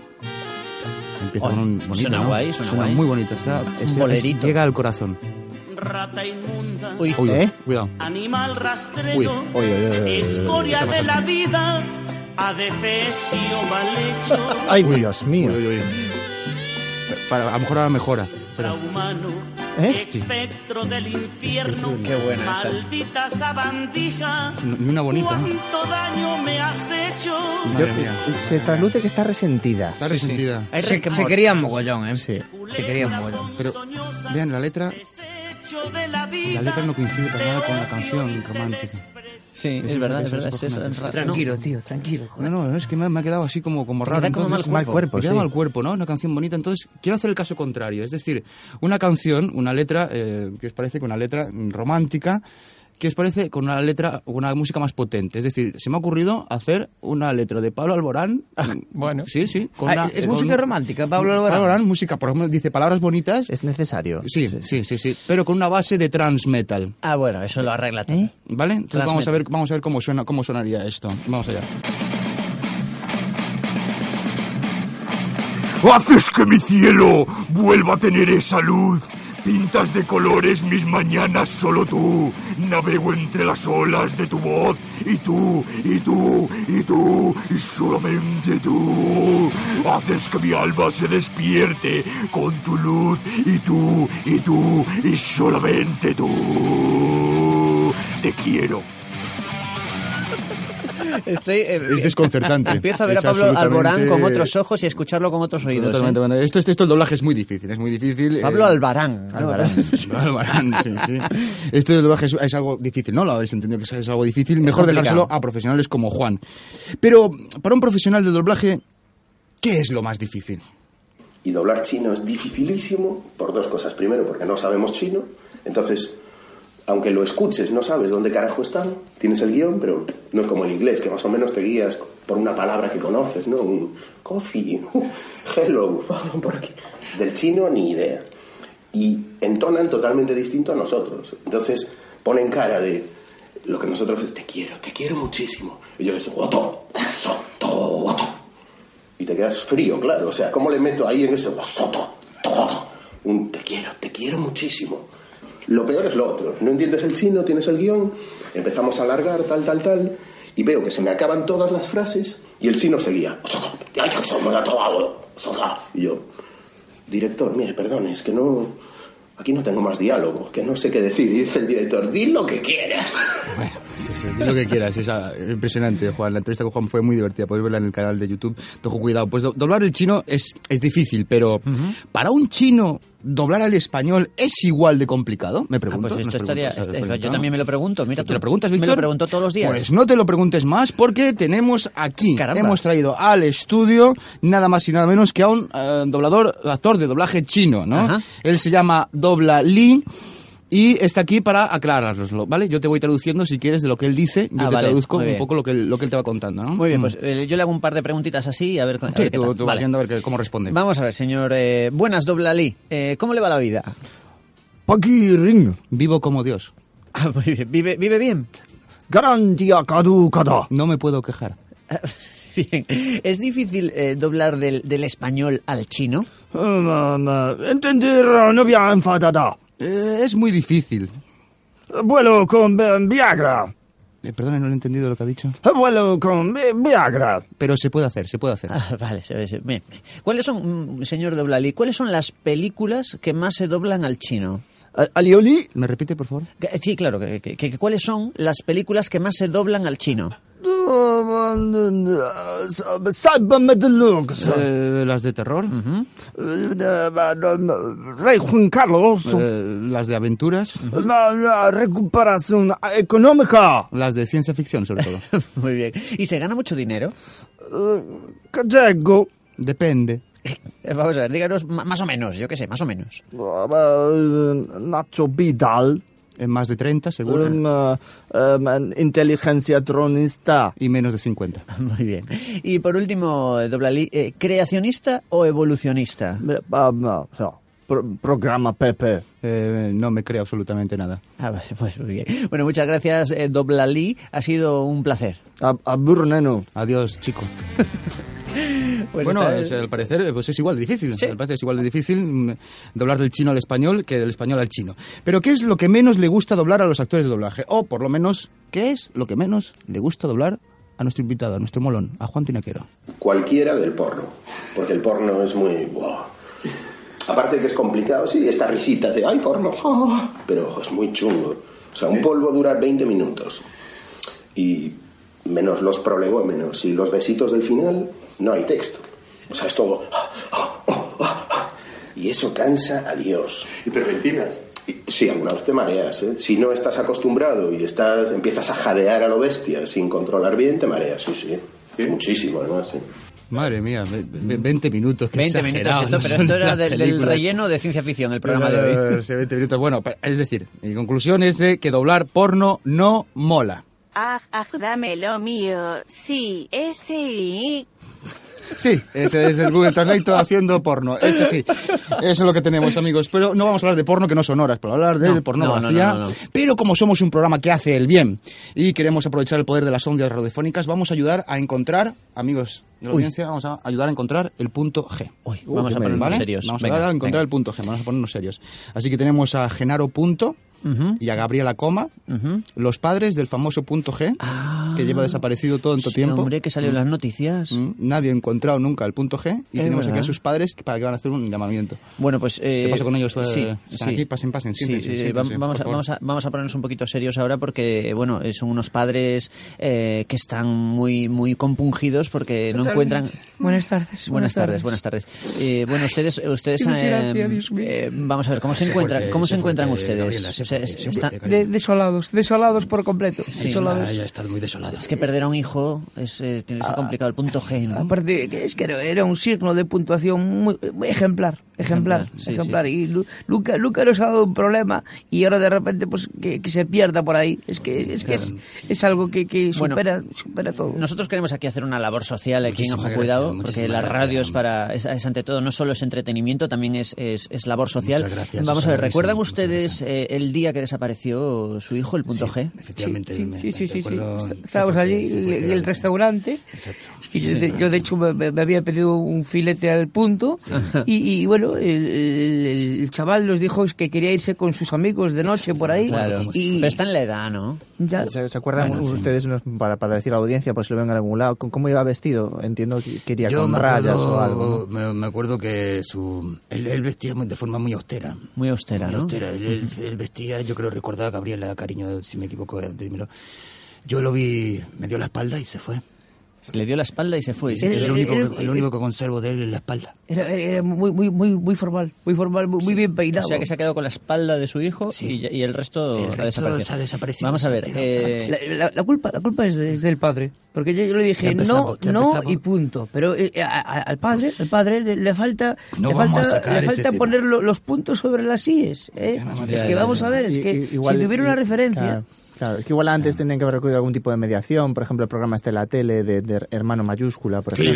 [SPEAKER 2] Empieza
[SPEAKER 1] Oye,
[SPEAKER 2] con un bonito,
[SPEAKER 1] suena
[SPEAKER 2] ¿no?
[SPEAKER 1] guay, suena guay.
[SPEAKER 2] muy bonito. Está, es- es-
[SPEAKER 1] bolerito.
[SPEAKER 2] llega al corazón.
[SPEAKER 17] Rata inmunda.
[SPEAKER 1] Uy,
[SPEAKER 2] Uy,
[SPEAKER 1] ¿eh?
[SPEAKER 2] cuidado.
[SPEAKER 17] Animal rastrero.
[SPEAKER 2] Uy, uy, uy, uy, uy, uy.
[SPEAKER 17] Escoria
[SPEAKER 2] ¿Qué está
[SPEAKER 17] de la
[SPEAKER 2] pasando?
[SPEAKER 17] vida. Adefesio mal hecho.
[SPEAKER 3] Ay, Dios mío.
[SPEAKER 2] Para, a lo mejor ahora mejora. Espera.
[SPEAKER 17] humano.
[SPEAKER 2] ¿Eh?
[SPEAKER 17] Espectro del infierno.
[SPEAKER 2] Qué buena esa.
[SPEAKER 17] Maldita sabandija.
[SPEAKER 2] No, Ni una bonita. ¿eh?
[SPEAKER 17] ¿Cuánto daño me has hecho?
[SPEAKER 2] Madre
[SPEAKER 3] Yo-
[SPEAKER 2] mía.
[SPEAKER 3] se trasluce que está resentida.
[SPEAKER 2] Está resentida.
[SPEAKER 5] Se, se quería mogollón, ¿eh? Se quería mogollón.
[SPEAKER 2] Pero vean, la letra,
[SPEAKER 17] Hecho de la
[SPEAKER 2] la
[SPEAKER 17] vida.
[SPEAKER 2] letra no coincide para nada con la canción romántica.
[SPEAKER 1] Sí,
[SPEAKER 2] Eso
[SPEAKER 1] es verdad, es
[SPEAKER 2] eso
[SPEAKER 1] verdad.
[SPEAKER 2] cojonudo.
[SPEAKER 1] es- es raro.
[SPEAKER 5] Tranquilo, tío, tranquilo.
[SPEAKER 2] No, no, es que me, me ha quedado así como, como
[SPEAKER 1] Te
[SPEAKER 2] raro.
[SPEAKER 1] queda como
[SPEAKER 2] entonces,
[SPEAKER 1] mal cuerpo.
[SPEAKER 2] Me queda
[SPEAKER 1] sí.
[SPEAKER 2] mal cuerpo, ¿no? Una canción bonita. Entonces, quiero hacer el caso contrario. Es decir, una canción, una letra, eh, que os parece que una letra mm, romántica, ¿Qué os parece con una letra, una música más potente? Es decir, se me ha ocurrido hacer una letra de Pablo Alborán.
[SPEAKER 1] Ah,
[SPEAKER 2] mm,
[SPEAKER 4] bueno.
[SPEAKER 2] Sí, sí. con
[SPEAKER 5] Ah,
[SPEAKER 2] una- eh,
[SPEAKER 5] es
[SPEAKER 2] con-
[SPEAKER 5] música romántica, Pablo Alborán.
[SPEAKER 2] música, por ejemplo, dice palabras bonitas.
[SPEAKER 3] Es necesario.
[SPEAKER 2] Sí, sí, sí, sí. Pero con una base de trans metal. ¿Eh?
[SPEAKER 1] Ah, bueno, eso lo arregla todo.
[SPEAKER 2] ¿Vale? Entonces
[SPEAKER 1] Trans
[SPEAKER 2] vamos a ver, vamos a ver cómo suena, cómo sonaría esto. Vamos allá.
[SPEAKER 18] Haces que mi cielo vuelva a tener esa luz. Pintas de colores mis mañanas solo tú. Navego entre las olas de tu voz. Y tú, y tú, y tú, y solamente tú. Haces que mi alma se despierte con tu luz. Y tú, y tú, y solamente tú. Te quiero.
[SPEAKER 1] Estoy, eh,
[SPEAKER 2] Es desconcertante.
[SPEAKER 1] Empiezo a ver
[SPEAKER 2] Es
[SPEAKER 1] a Pablo
[SPEAKER 2] absolutamente-
[SPEAKER 1] Alborán con otros ojos y a escucharlo con otros oídos.
[SPEAKER 2] Totalmente,
[SPEAKER 1] ¿eh?
[SPEAKER 2] bueno, esto, esto, esto, el doblaje es muy difícil, es muy difícil. eh.
[SPEAKER 1] Pablo Albarán.
[SPEAKER 2] Albarán. Albarán, sí, sí. Esto del doblaje es, es algo difícil, ¿no? Lo habéis entendido que es- es algo difícil. Mejor
[SPEAKER 1] complicado.
[SPEAKER 2] dejárselo a profesionales como Juan. Pero para un profesional del doblaje, ¿qué es lo más difícil?
[SPEAKER 13] Y doblar chino es dificilísimo por dos cosas. Primero, porque no sabemos chino. Entonces, aunque lo escuches, no sabes dónde carajo están. Tienes el guión, pero no es como el inglés, que más o menos te guías por una palabra que conoces, ¿no? Un coffee, hello, por aquí. Del chino, ni idea. Y entonan totalmente distinto a nosotros. Entonces, ponen cara de lo que nosotros es te quiero, te quiero muchísimo. Y yo les digo, "Oto, soto, oto". Y te quedas frío, claro. O sea, ¿cómo le meto ahí en ese soto, todo? Un te quiero, te quiero muchísimo. Lo peor es lo otro. No entiendes el chino, tienes el guión, empezamos a alargar, tal, tal, tal, y veo que se me acaban todas las frases y el chino seguía. Y yo, director, mire, perdone, es que no. Aquí no tengo más diálogo, que no sé qué decir. Y dice el director, di lo que quieras.
[SPEAKER 2] Lo que quieras, es ah, impresionante, Juan. La entrevista con Juan fue muy divertida, podéis verla en el canal de YouTube. Tojo cuidado. Pues do- doblar el chino es, es difícil, pero para un chino, doblar al español es igual de complicado, me pregunto.
[SPEAKER 1] Pues
[SPEAKER 2] nos
[SPEAKER 1] esto estaría.
[SPEAKER 2] preguntamos,
[SPEAKER 1] este-
[SPEAKER 2] nos
[SPEAKER 1] yo
[SPEAKER 2] preguntamos.
[SPEAKER 1] también me lo pregunto. Mira, tú
[SPEAKER 2] Pues ¿Te lo preguntas,
[SPEAKER 1] Me lo
[SPEAKER 2] Víctor?
[SPEAKER 1] pregunto todos los días.
[SPEAKER 2] Pues no te lo preguntes más porque tenemos aquí,
[SPEAKER 1] Caramba.
[SPEAKER 2] hemos traído al estudio nada más y nada menos que a un eh, doblador, actor de doblaje chino, ¿no?
[SPEAKER 1] Ajá.
[SPEAKER 2] Él se llama Dobla Li y está aquí para aclarárnoslo, ¿vale? Yo te voy traduciendo si quieres de lo que él dice, yo
[SPEAKER 1] Ah,
[SPEAKER 2] te
[SPEAKER 1] vale,
[SPEAKER 2] traduzco
[SPEAKER 1] muy
[SPEAKER 2] un
[SPEAKER 1] bien.
[SPEAKER 2] poco lo que, él- lo que él te va contando, ¿no?
[SPEAKER 1] Muy bien,
[SPEAKER 2] Mm.
[SPEAKER 1] pues eh, yo le hago un par de preguntitas así a ver, a
[SPEAKER 2] Sí,
[SPEAKER 1] ver qué
[SPEAKER 2] tú-
[SPEAKER 1] tal.
[SPEAKER 2] tú vas
[SPEAKER 1] Vale.
[SPEAKER 2] viendo a ver qué- cómo responde.
[SPEAKER 1] Vamos a ver, señor. eh, buenas, Doblalí. Eh, ¿Cómo le va la vida?
[SPEAKER 2] Paki Ring. Vivo como Dios.
[SPEAKER 1] Ah, muy bien. ¿Vive, vive bien?
[SPEAKER 2] Garantía caducada. No me puedo quejar.
[SPEAKER 1] Bien. ¿Es difícil eh, doblar del, del español al chino?
[SPEAKER 3] Entender a novia enfadada.
[SPEAKER 2] Eh, es muy difícil.
[SPEAKER 3] Vuelo con eh, Viagra.
[SPEAKER 2] Eh, perdone, no lo he entendido lo que ha dicho.
[SPEAKER 3] Vuelo con Vi- Viagra.
[SPEAKER 2] Pero se puede hacer, se puede hacer.
[SPEAKER 1] Ah, vale, se ve, se- bien, bien. ¿Cuáles son, mm, señor Doblalí, cuáles son las películas que más se doblan al chino?
[SPEAKER 3] ¿Alioli?
[SPEAKER 2] ¿Me repite, por favor?
[SPEAKER 1] Que- Sí, claro. que- que- que- ¿Cuáles son las películas que más se doblan al chino?
[SPEAKER 3] Sálvame de Lux.
[SPEAKER 2] Eh, las de terror,
[SPEAKER 3] Rey Juan Carlos.
[SPEAKER 2] eh, las de aventuras,
[SPEAKER 3] La, la recuperación económica.
[SPEAKER 2] las de ciencia ficción sobre todo.
[SPEAKER 1] Muy bien. ¿Y se gana mucho dinero?
[SPEAKER 3] Gallego.
[SPEAKER 2] Depende.
[SPEAKER 1] Eh, Vamos a ver, díganos ma- más o menos, yo qué sé, más o menos.
[SPEAKER 3] eh, Nacho Vidal.
[SPEAKER 2] En Eh, más de 30, seguro.
[SPEAKER 3] Em, eh, em, inteligencia tronista.
[SPEAKER 2] Y menos de 50.
[SPEAKER 1] Muy bien. Y por último, eh, Doblalí, eh, ¿creacionista o evolucionista?
[SPEAKER 3] Eh, ah, no, no. Pro- programa Pepe.
[SPEAKER 2] Eh, no me creo absolutamente nada.
[SPEAKER 1] Ah, vale, pues muy bien. Bueno, muchas gracias, eh, Doblalí. Ha sido un placer.
[SPEAKER 3] A, a Burneno.
[SPEAKER 2] Adiós, chico.
[SPEAKER 1] Pues
[SPEAKER 2] bueno,
[SPEAKER 1] esta-
[SPEAKER 2] es- al parecer eh, pues es igual de difícil. Al parecer es igual de difícil mm, doblar del chino al español que del español al chino. Pero ¿qué es lo que menos le gusta doblar a los actores de doblaje? O por lo menos, ¿qué es lo que menos le gusta doblar a nuestro invitado, a nuestro molón, a Juan Tinaquero?
[SPEAKER 13] cualquiera del porno, porque el porno es muy... buah. Aparte de que es complicado, sí, estas risitas de, ay, porno, oh", pero ojo, es muy chungo. O sea, un polvo dura 20 minutos. Y menos los prolegómenos y los besitos del final, no hay texto. O sea, es todo... "Ah, ah, ah, ah, ah". Y eso cansa a Dios. Hiperventilas. Sí, alguna vez te mareas. ¿eh? Si no estás acostumbrado y estás, empiezas a jadear a lo bestia sin controlar bien, te mareas, sí, sí. Muchísimo, además. ¿eh?
[SPEAKER 2] Madre mía, ve- ve- 20 minutos. Qué
[SPEAKER 1] 20 minutos
[SPEAKER 2] exagerado,
[SPEAKER 1] esto,
[SPEAKER 2] no
[SPEAKER 1] pero
[SPEAKER 2] son
[SPEAKER 1] esto era
[SPEAKER 2] las
[SPEAKER 1] del, del
[SPEAKER 2] películas.
[SPEAKER 1] relleno de ciencia ficción, el programa
[SPEAKER 2] No, no, no,
[SPEAKER 1] de
[SPEAKER 2] no,
[SPEAKER 1] hoy.
[SPEAKER 2] eh, sí, 20 minutos. Bueno, pa- es decir, mi conclusión es de que doblar porno no mola.
[SPEAKER 16] Ah, ah, dame lo mío. Sí, ese y...
[SPEAKER 2] Sí, ese es el Google Translate haciendo porno. Eso sí, eso es lo que tenemos, amigos. Pero no vamos a hablar de porno que no son horas, pero hablar de
[SPEAKER 1] No,
[SPEAKER 2] pornografía.
[SPEAKER 1] no, no, no, no.
[SPEAKER 2] Pero como somos un programa que hace el bien y queremos aprovechar el poder de las ondas radiofónicas, vamos a ayudar a encontrar, amigos de la
[SPEAKER 1] Uy.
[SPEAKER 2] audiencia, vamos a ayudar a encontrar el punto G. Uh,
[SPEAKER 1] vamos a
[SPEAKER 2] ¿vale?
[SPEAKER 1] ponernos serios.
[SPEAKER 2] Vamos
[SPEAKER 1] Venga,
[SPEAKER 2] a ayudar a
[SPEAKER 1] venga.
[SPEAKER 2] encontrar el punto G, vamos a ponernos serios. Así que tenemos a Genaro Punto
[SPEAKER 1] Ujú,
[SPEAKER 2] y a Gabriela Coma,
[SPEAKER 1] ujú.
[SPEAKER 2] los padres del famoso punto G, que lleva desaparecido todo
[SPEAKER 1] Ah.
[SPEAKER 2] tanto
[SPEAKER 1] Sí,
[SPEAKER 2] tiempo.
[SPEAKER 1] hombre, que salió en las noticias.
[SPEAKER 2] Mm, Nadie ha encontrado nunca el punto G y
[SPEAKER 1] Es
[SPEAKER 2] tenemos aquí
[SPEAKER 1] verdad.
[SPEAKER 2] a sus padres que- para que van a hacer un llamamiento.
[SPEAKER 1] Bueno, pues... eh,
[SPEAKER 2] ¿Qué pasa con ellos? Eh,
[SPEAKER 1] Sí,
[SPEAKER 2] están
[SPEAKER 1] sí.
[SPEAKER 2] aquí, pasen, pasen,
[SPEAKER 1] Sí,
[SPEAKER 2] siéntense,
[SPEAKER 1] eh,
[SPEAKER 2] siéntense,
[SPEAKER 1] vam-
[SPEAKER 2] por
[SPEAKER 1] vamos, a,
[SPEAKER 2] favor.
[SPEAKER 1] vamos, a, vamos a ponernos un poquito serios ahora porque, bueno, eh, son unos padres eh, que están muy, muy compungidos porque no
[SPEAKER 5] Totalmente.
[SPEAKER 1] encuentran...
[SPEAKER 5] Buenas tardes.
[SPEAKER 1] Buenas tardes, buenas tardes. Eh, bueno, ustedes, ustedes
[SPEAKER 5] Qué desgracia,
[SPEAKER 1] eh,
[SPEAKER 5] Dios mío.
[SPEAKER 1] eh, vamos a ver cómo se
[SPEAKER 5] Sé
[SPEAKER 1] encuentran,
[SPEAKER 5] fuerte,
[SPEAKER 1] cómo
[SPEAKER 5] sé
[SPEAKER 1] se encuentran
[SPEAKER 5] fuerte,
[SPEAKER 1] ustedes.
[SPEAKER 5] Gabriela, sé
[SPEAKER 1] O sea,
[SPEAKER 5] fuerte,
[SPEAKER 1] es-
[SPEAKER 5] sé
[SPEAKER 1] está-
[SPEAKER 5] fuerte, De- desolados, desolados por completo. desolados.
[SPEAKER 1] estás muy desolado. Es que perder a un hijo es, eh, tiene que ser
[SPEAKER 2] Ah,
[SPEAKER 1] complicado. El punto G, ¿no?
[SPEAKER 5] Aparte, que es que era- era un signo de puntuación muy, muy ejemplar, ejemplar,
[SPEAKER 1] Ejemplar,
[SPEAKER 5] ejemplar.
[SPEAKER 1] sí,
[SPEAKER 5] Y Lu- Luca, Luca nos ha dado un problema y ahora de repente pues que, que se pierda por ahí. Es que es, que es, es algo que, que
[SPEAKER 1] Bueno,
[SPEAKER 5] supera, supera todo.
[SPEAKER 1] Nosotros queremos aquí hacer una labor social aquí en
[SPEAKER 5] Muchísimas
[SPEAKER 1] Ojo
[SPEAKER 5] gracias,
[SPEAKER 1] Cuidado,
[SPEAKER 5] muchísimas
[SPEAKER 1] porque la
[SPEAKER 5] gracias.
[SPEAKER 1] radio es para es, es ante todo no solo es entretenimiento, también es, es, es labor social.
[SPEAKER 5] Muchas gracias,
[SPEAKER 1] Vamos a
[SPEAKER 5] Susana,
[SPEAKER 1] ver, ¿recuerdan
[SPEAKER 5] sí,
[SPEAKER 1] ustedes eh, el día que desapareció su hijo, el punto G?
[SPEAKER 2] Efectivamente,
[SPEAKER 5] Sí, sí, sí, sí, sí.
[SPEAKER 1] recuerdo-
[SPEAKER 5] Está- Estábamos allí en el restaurante. Es que yo, de- yo, de hecho, me, me- me había pedido un filete al punto. Y, y, bueno, el, el- el chaval nos dijo que quería irse con sus amigos de noche por ahí.
[SPEAKER 1] Claro.
[SPEAKER 5] Y
[SPEAKER 1] Pero está en la edad, ¿no?
[SPEAKER 5] ya.
[SPEAKER 3] ¿Se, se acuerdan
[SPEAKER 5] Bueno, sí.
[SPEAKER 3] ustedes, unos- para, para decir a la audiencia, por si lo ven en algún lado, con cómo iba vestido? Entiendo que quería con rayas o algo. ¿no?
[SPEAKER 2] me, me acuerdo que su, él, él vestía muy- de forma muy austera.
[SPEAKER 1] Muy austera,
[SPEAKER 2] Muy
[SPEAKER 1] ¿no?
[SPEAKER 2] austera. Él, él- él vestía, yo creo recordar, Gabriela, cariño, si me equivoco, eh, dímelo. Yo lo vi, me dio la espalda y se fue.
[SPEAKER 1] Le dio la espalda y se fue.
[SPEAKER 2] Dice que
[SPEAKER 5] Era-
[SPEAKER 2] el, único,
[SPEAKER 5] era-
[SPEAKER 2] que- el único que conservo de él es la espalda.
[SPEAKER 5] Era, era muy, muy, muy, muy formal, muy formal, muy, muy bien
[SPEAKER 1] O
[SPEAKER 5] peinado.
[SPEAKER 1] sea que se ha quedado con la espalda de su hijo y, ya- y el resto,
[SPEAKER 5] resto
[SPEAKER 1] ha, desaparecido.
[SPEAKER 5] se ha desaparecido,
[SPEAKER 1] Vamos
[SPEAKER 5] se
[SPEAKER 1] a
[SPEAKER 5] ha
[SPEAKER 1] ver. eh,
[SPEAKER 5] La, la- la culpa, la culpa es, de- es del padre. Porque yo, yo le
[SPEAKER 1] Ya
[SPEAKER 5] dije no,
[SPEAKER 1] empezamos, ya
[SPEAKER 5] no
[SPEAKER 1] empezamos.
[SPEAKER 5] y punto. Pero eh, a- a- al padre, al padre le, le falta,
[SPEAKER 2] No
[SPEAKER 5] le
[SPEAKER 2] vamos a
[SPEAKER 5] falta,
[SPEAKER 2] sacar
[SPEAKER 5] le
[SPEAKER 2] ese
[SPEAKER 5] falta
[SPEAKER 2] tema.
[SPEAKER 5] poner lo- los puntos sobre las íes. ¿eh?
[SPEAKER 3] madre
[SPEAKER 5] Es
[SPEAKER 3] mía.
[SPEAKER 5] que vamos a ver, es
[SPEAKER 3] I-
[SPEAKER 5] que
[SPEAKER 3] i- igual-
[SPEAKER 5] si tuviera una
[SPEAKER 3] i-
[SPEAKER 5] referencia.
[SPEAKER 3] Claro, claro, es que igual antes tenían que haber recurrido a algún tipo de mediación, por ejemplo, el programa este de la tele de, de Hermano Mayúscula, por ejemplo.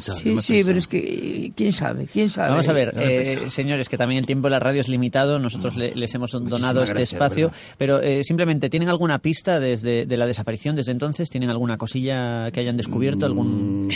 [SPEAKER 5] Sí, sí, pero es que eh, quién sabe, quién sabe.
[SPEAKER 1] Vamos a ver,
[SPEAKER 5] No
[SPEAKER 1] eh,
[SPEAKER 5] empezó.
[SPEAKER 1] señores, que también el tiempo de la radio es limitado. Nosotros le- les hemos donado este
[SPEAKER 5] gracias,
[SPEAKER 1] espacio. Pero eh, simplemente, ¿tienen alguna pista desde de la desaparición desde entonces? ¿Tienen alguna cosilla que hayan descubierto? ¿Algún...
[SPEAKER 5] Mm,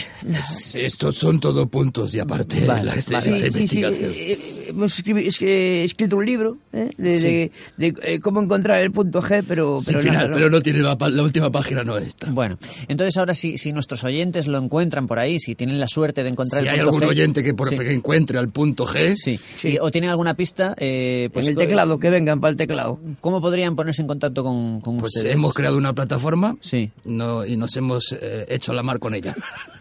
[SPEAKER 2] Estos son todo puntos y aparte
[SPEAKER 1] Vale, la- esta- vale. esta
[SPEAKER 5] Sí, sí, sí, eh, eh, hemos escribi- es que he escrito un libro ¿eh? de,
[SPEAKER 2] Sí.
[SPEAKER 5] de- de, eh, cómo encontrar el punto G, pero, pero nada, ¿no?
[SPEAKER 2] tiene la, última página no está.
[SPEAKER 1] Bueno, entonces ahora si, si nuestros oyentes lo encuentran por ahí, si tienen la suerte de encontrar
[SPEAKER 2] Si
[SPEAKER 1] el
[SPEAKER 2] hay
[SPEAKER 1] punto
[SPEAKER 2] algún
[SPEAKER 1] G,
[SPEAKER 2] oyente que por
[SPEAKER 1] sí.
[SPEAKER 2] que encuentre al punto G,
[SPEAKER 1] Sí. Y- o tienen alguna pista, eh, pues,
[SPEAKER 5] en el teclado, que vengan para el teclado.
[SPEAKER 1] ¿Cómo podrían ponerse en contacto con, con
[SPEAKER 2] pues
[SPEAKER 1] ustedes?
[SPEAKER 2] hemos creado una plataforma
[SPEAKER 1] Sí.
[SPEAKER 2] no, y nos hemos eh, hecho a la mar con ella.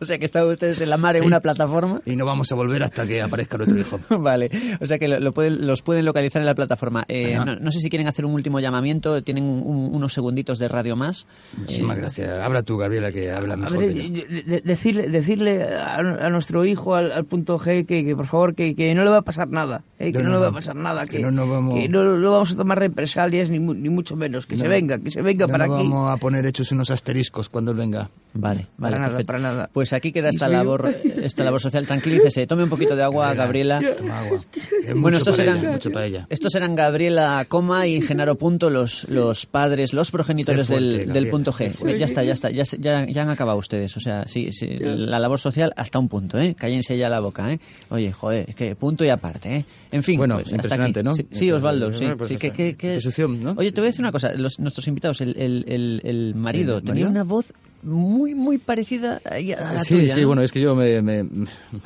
[SPEAKER 1] O sea, que están ustedes en la mar en
[SPEAKER 2] Sí.
[SPEAKER 1] una plataforma.
[SPEAKER 2] Y no vamos a volver hasta que aparezca nuestro hijo.
[SPEAKER 1] Vale, o sea que lo, lo pueden- los pueden localizar en la plataforma. Eh,
[SPEAKER 2] Venga.
[SPEAKER 1] no, no sé si quieren hacer un último llamamiento, tienen un- unos segunditos de radio más.
[SPEAKER 2] Muchísimas
[SPEAKER 1] Eh,
[SPEAKER 2] gracias. Habla tú, Gabriela, que habla
[SPEAKER 5] A
[SPEAKER 2] mejor
[SPEAKER 5] ver,
[SPEAKER 2] que yo.
[SPEAKER 5] de- de- decirle, decirle a, a nuestro hijo, al, al punto G, que, que por favor, que, que no le va a pasar nada, eh, que
[SPEAKER 2] No,
[SPEAKER 5] no,
[SPEAKER 2] no,
[SPEAKER 5] le va a
[SPEAKER 2] no.
[SPEAKER 5] pasar nada,
[SPEAKER 2] Que
[SPEAKER 5] que,
[SPEAKER 2] no nos vamos-
[SPEAKER 5] que no, no vamos a tomar represalias, ni, mu- ni mucho menos, que se
[SPEAKER 2] No.
[SPEAKER 5] venga, que se venga
[SPEAKER 2] No
[SPEAKER 5] para
[SPEAKER 2] nos
[SPEAKER 5] aquí.
[SPEAKER 2] vamos a poner hechos unos asteriscos cuando él venga.
[SPEAKER 1] Vale, vale.
[SPEAKER 5] nada,
[SPEAKER 1] perfecto.
[SPEAKER 5] para nada.
[SPEAKER 1] Pues aquí queda esta
[SPEAKER 5] Soy yo.
[SPEAKER 1] labor, eh, esta labor social. Tranquilícese, tome un poquito de agua, Gabriela.
[SPEAKER 2] Toma agua. Que es
[SPEAKER 1] Bueno,
[SPEAKER 2] mucho
[SPEAKER 1] estos
[SPEAKER 2] para
[SPEAKER 1] eran,
[SPEAKER 2] ella, mucho para ella.
[SPEAKER 1] estos eran Gabriela Coma y Genaro Punto, los, los padres, los progenitores
[SPEAKER 2] Sé fuerte,
[SPEAKER 1] del, del
[SPEAKER 2] Gabriela,
[SPEAKER 1] punto
[SPEAKER 2] sé
[SPEAKER 1] G. Pues
[SPEAKER 2] fuerte.
[SPEAKER 1] Ya está, ya está, ya, se- ya, ya han acabado ustedes. O sea, sí, sí, la labor social hasta un punto, ¿eh? Cállense ya la boca, ¿eh? Oye, joder, es que punto y aparte, ¿eh? En fin,
[SPEAKER 2] Bueno,
[SPEAKER 1] pues, hasta
[SPEAKER 2] impresionante,
[SPEAKER 1] aquí.
[SPEAKER 2] ¿no?
[SPEAKER 1] Sí, sí, Osvaldo, sí.
[SPEAKER 2] Bueno, pues
[SPEAKER 1] sí,
[SPEAKER 2] ya
[SPEAKER 1] que-
[SPEAKER 2] está.
[SPEAKER 1] que- que-
[SPEAKER 2] Qué succión, ¿no?
[SPEAKER 1] Oye, te voy a decir una cosa. Los, nuestros invitados, el, el, el, el marido,
[SPEAKER 2] ¿El
[SPEAKER 1] tenía
[SPEAKER 2] marido?
[SPEAKER 1] una voz muy, muy parecida a a la
[SPEAKER 2] Ah, Sí,
[SPEAKER 1] tuya,
[SPEAKER 2] sí,
[SPEAKER 1] ¿no?
[SPEAKER 2] bueno, es que yo me, me,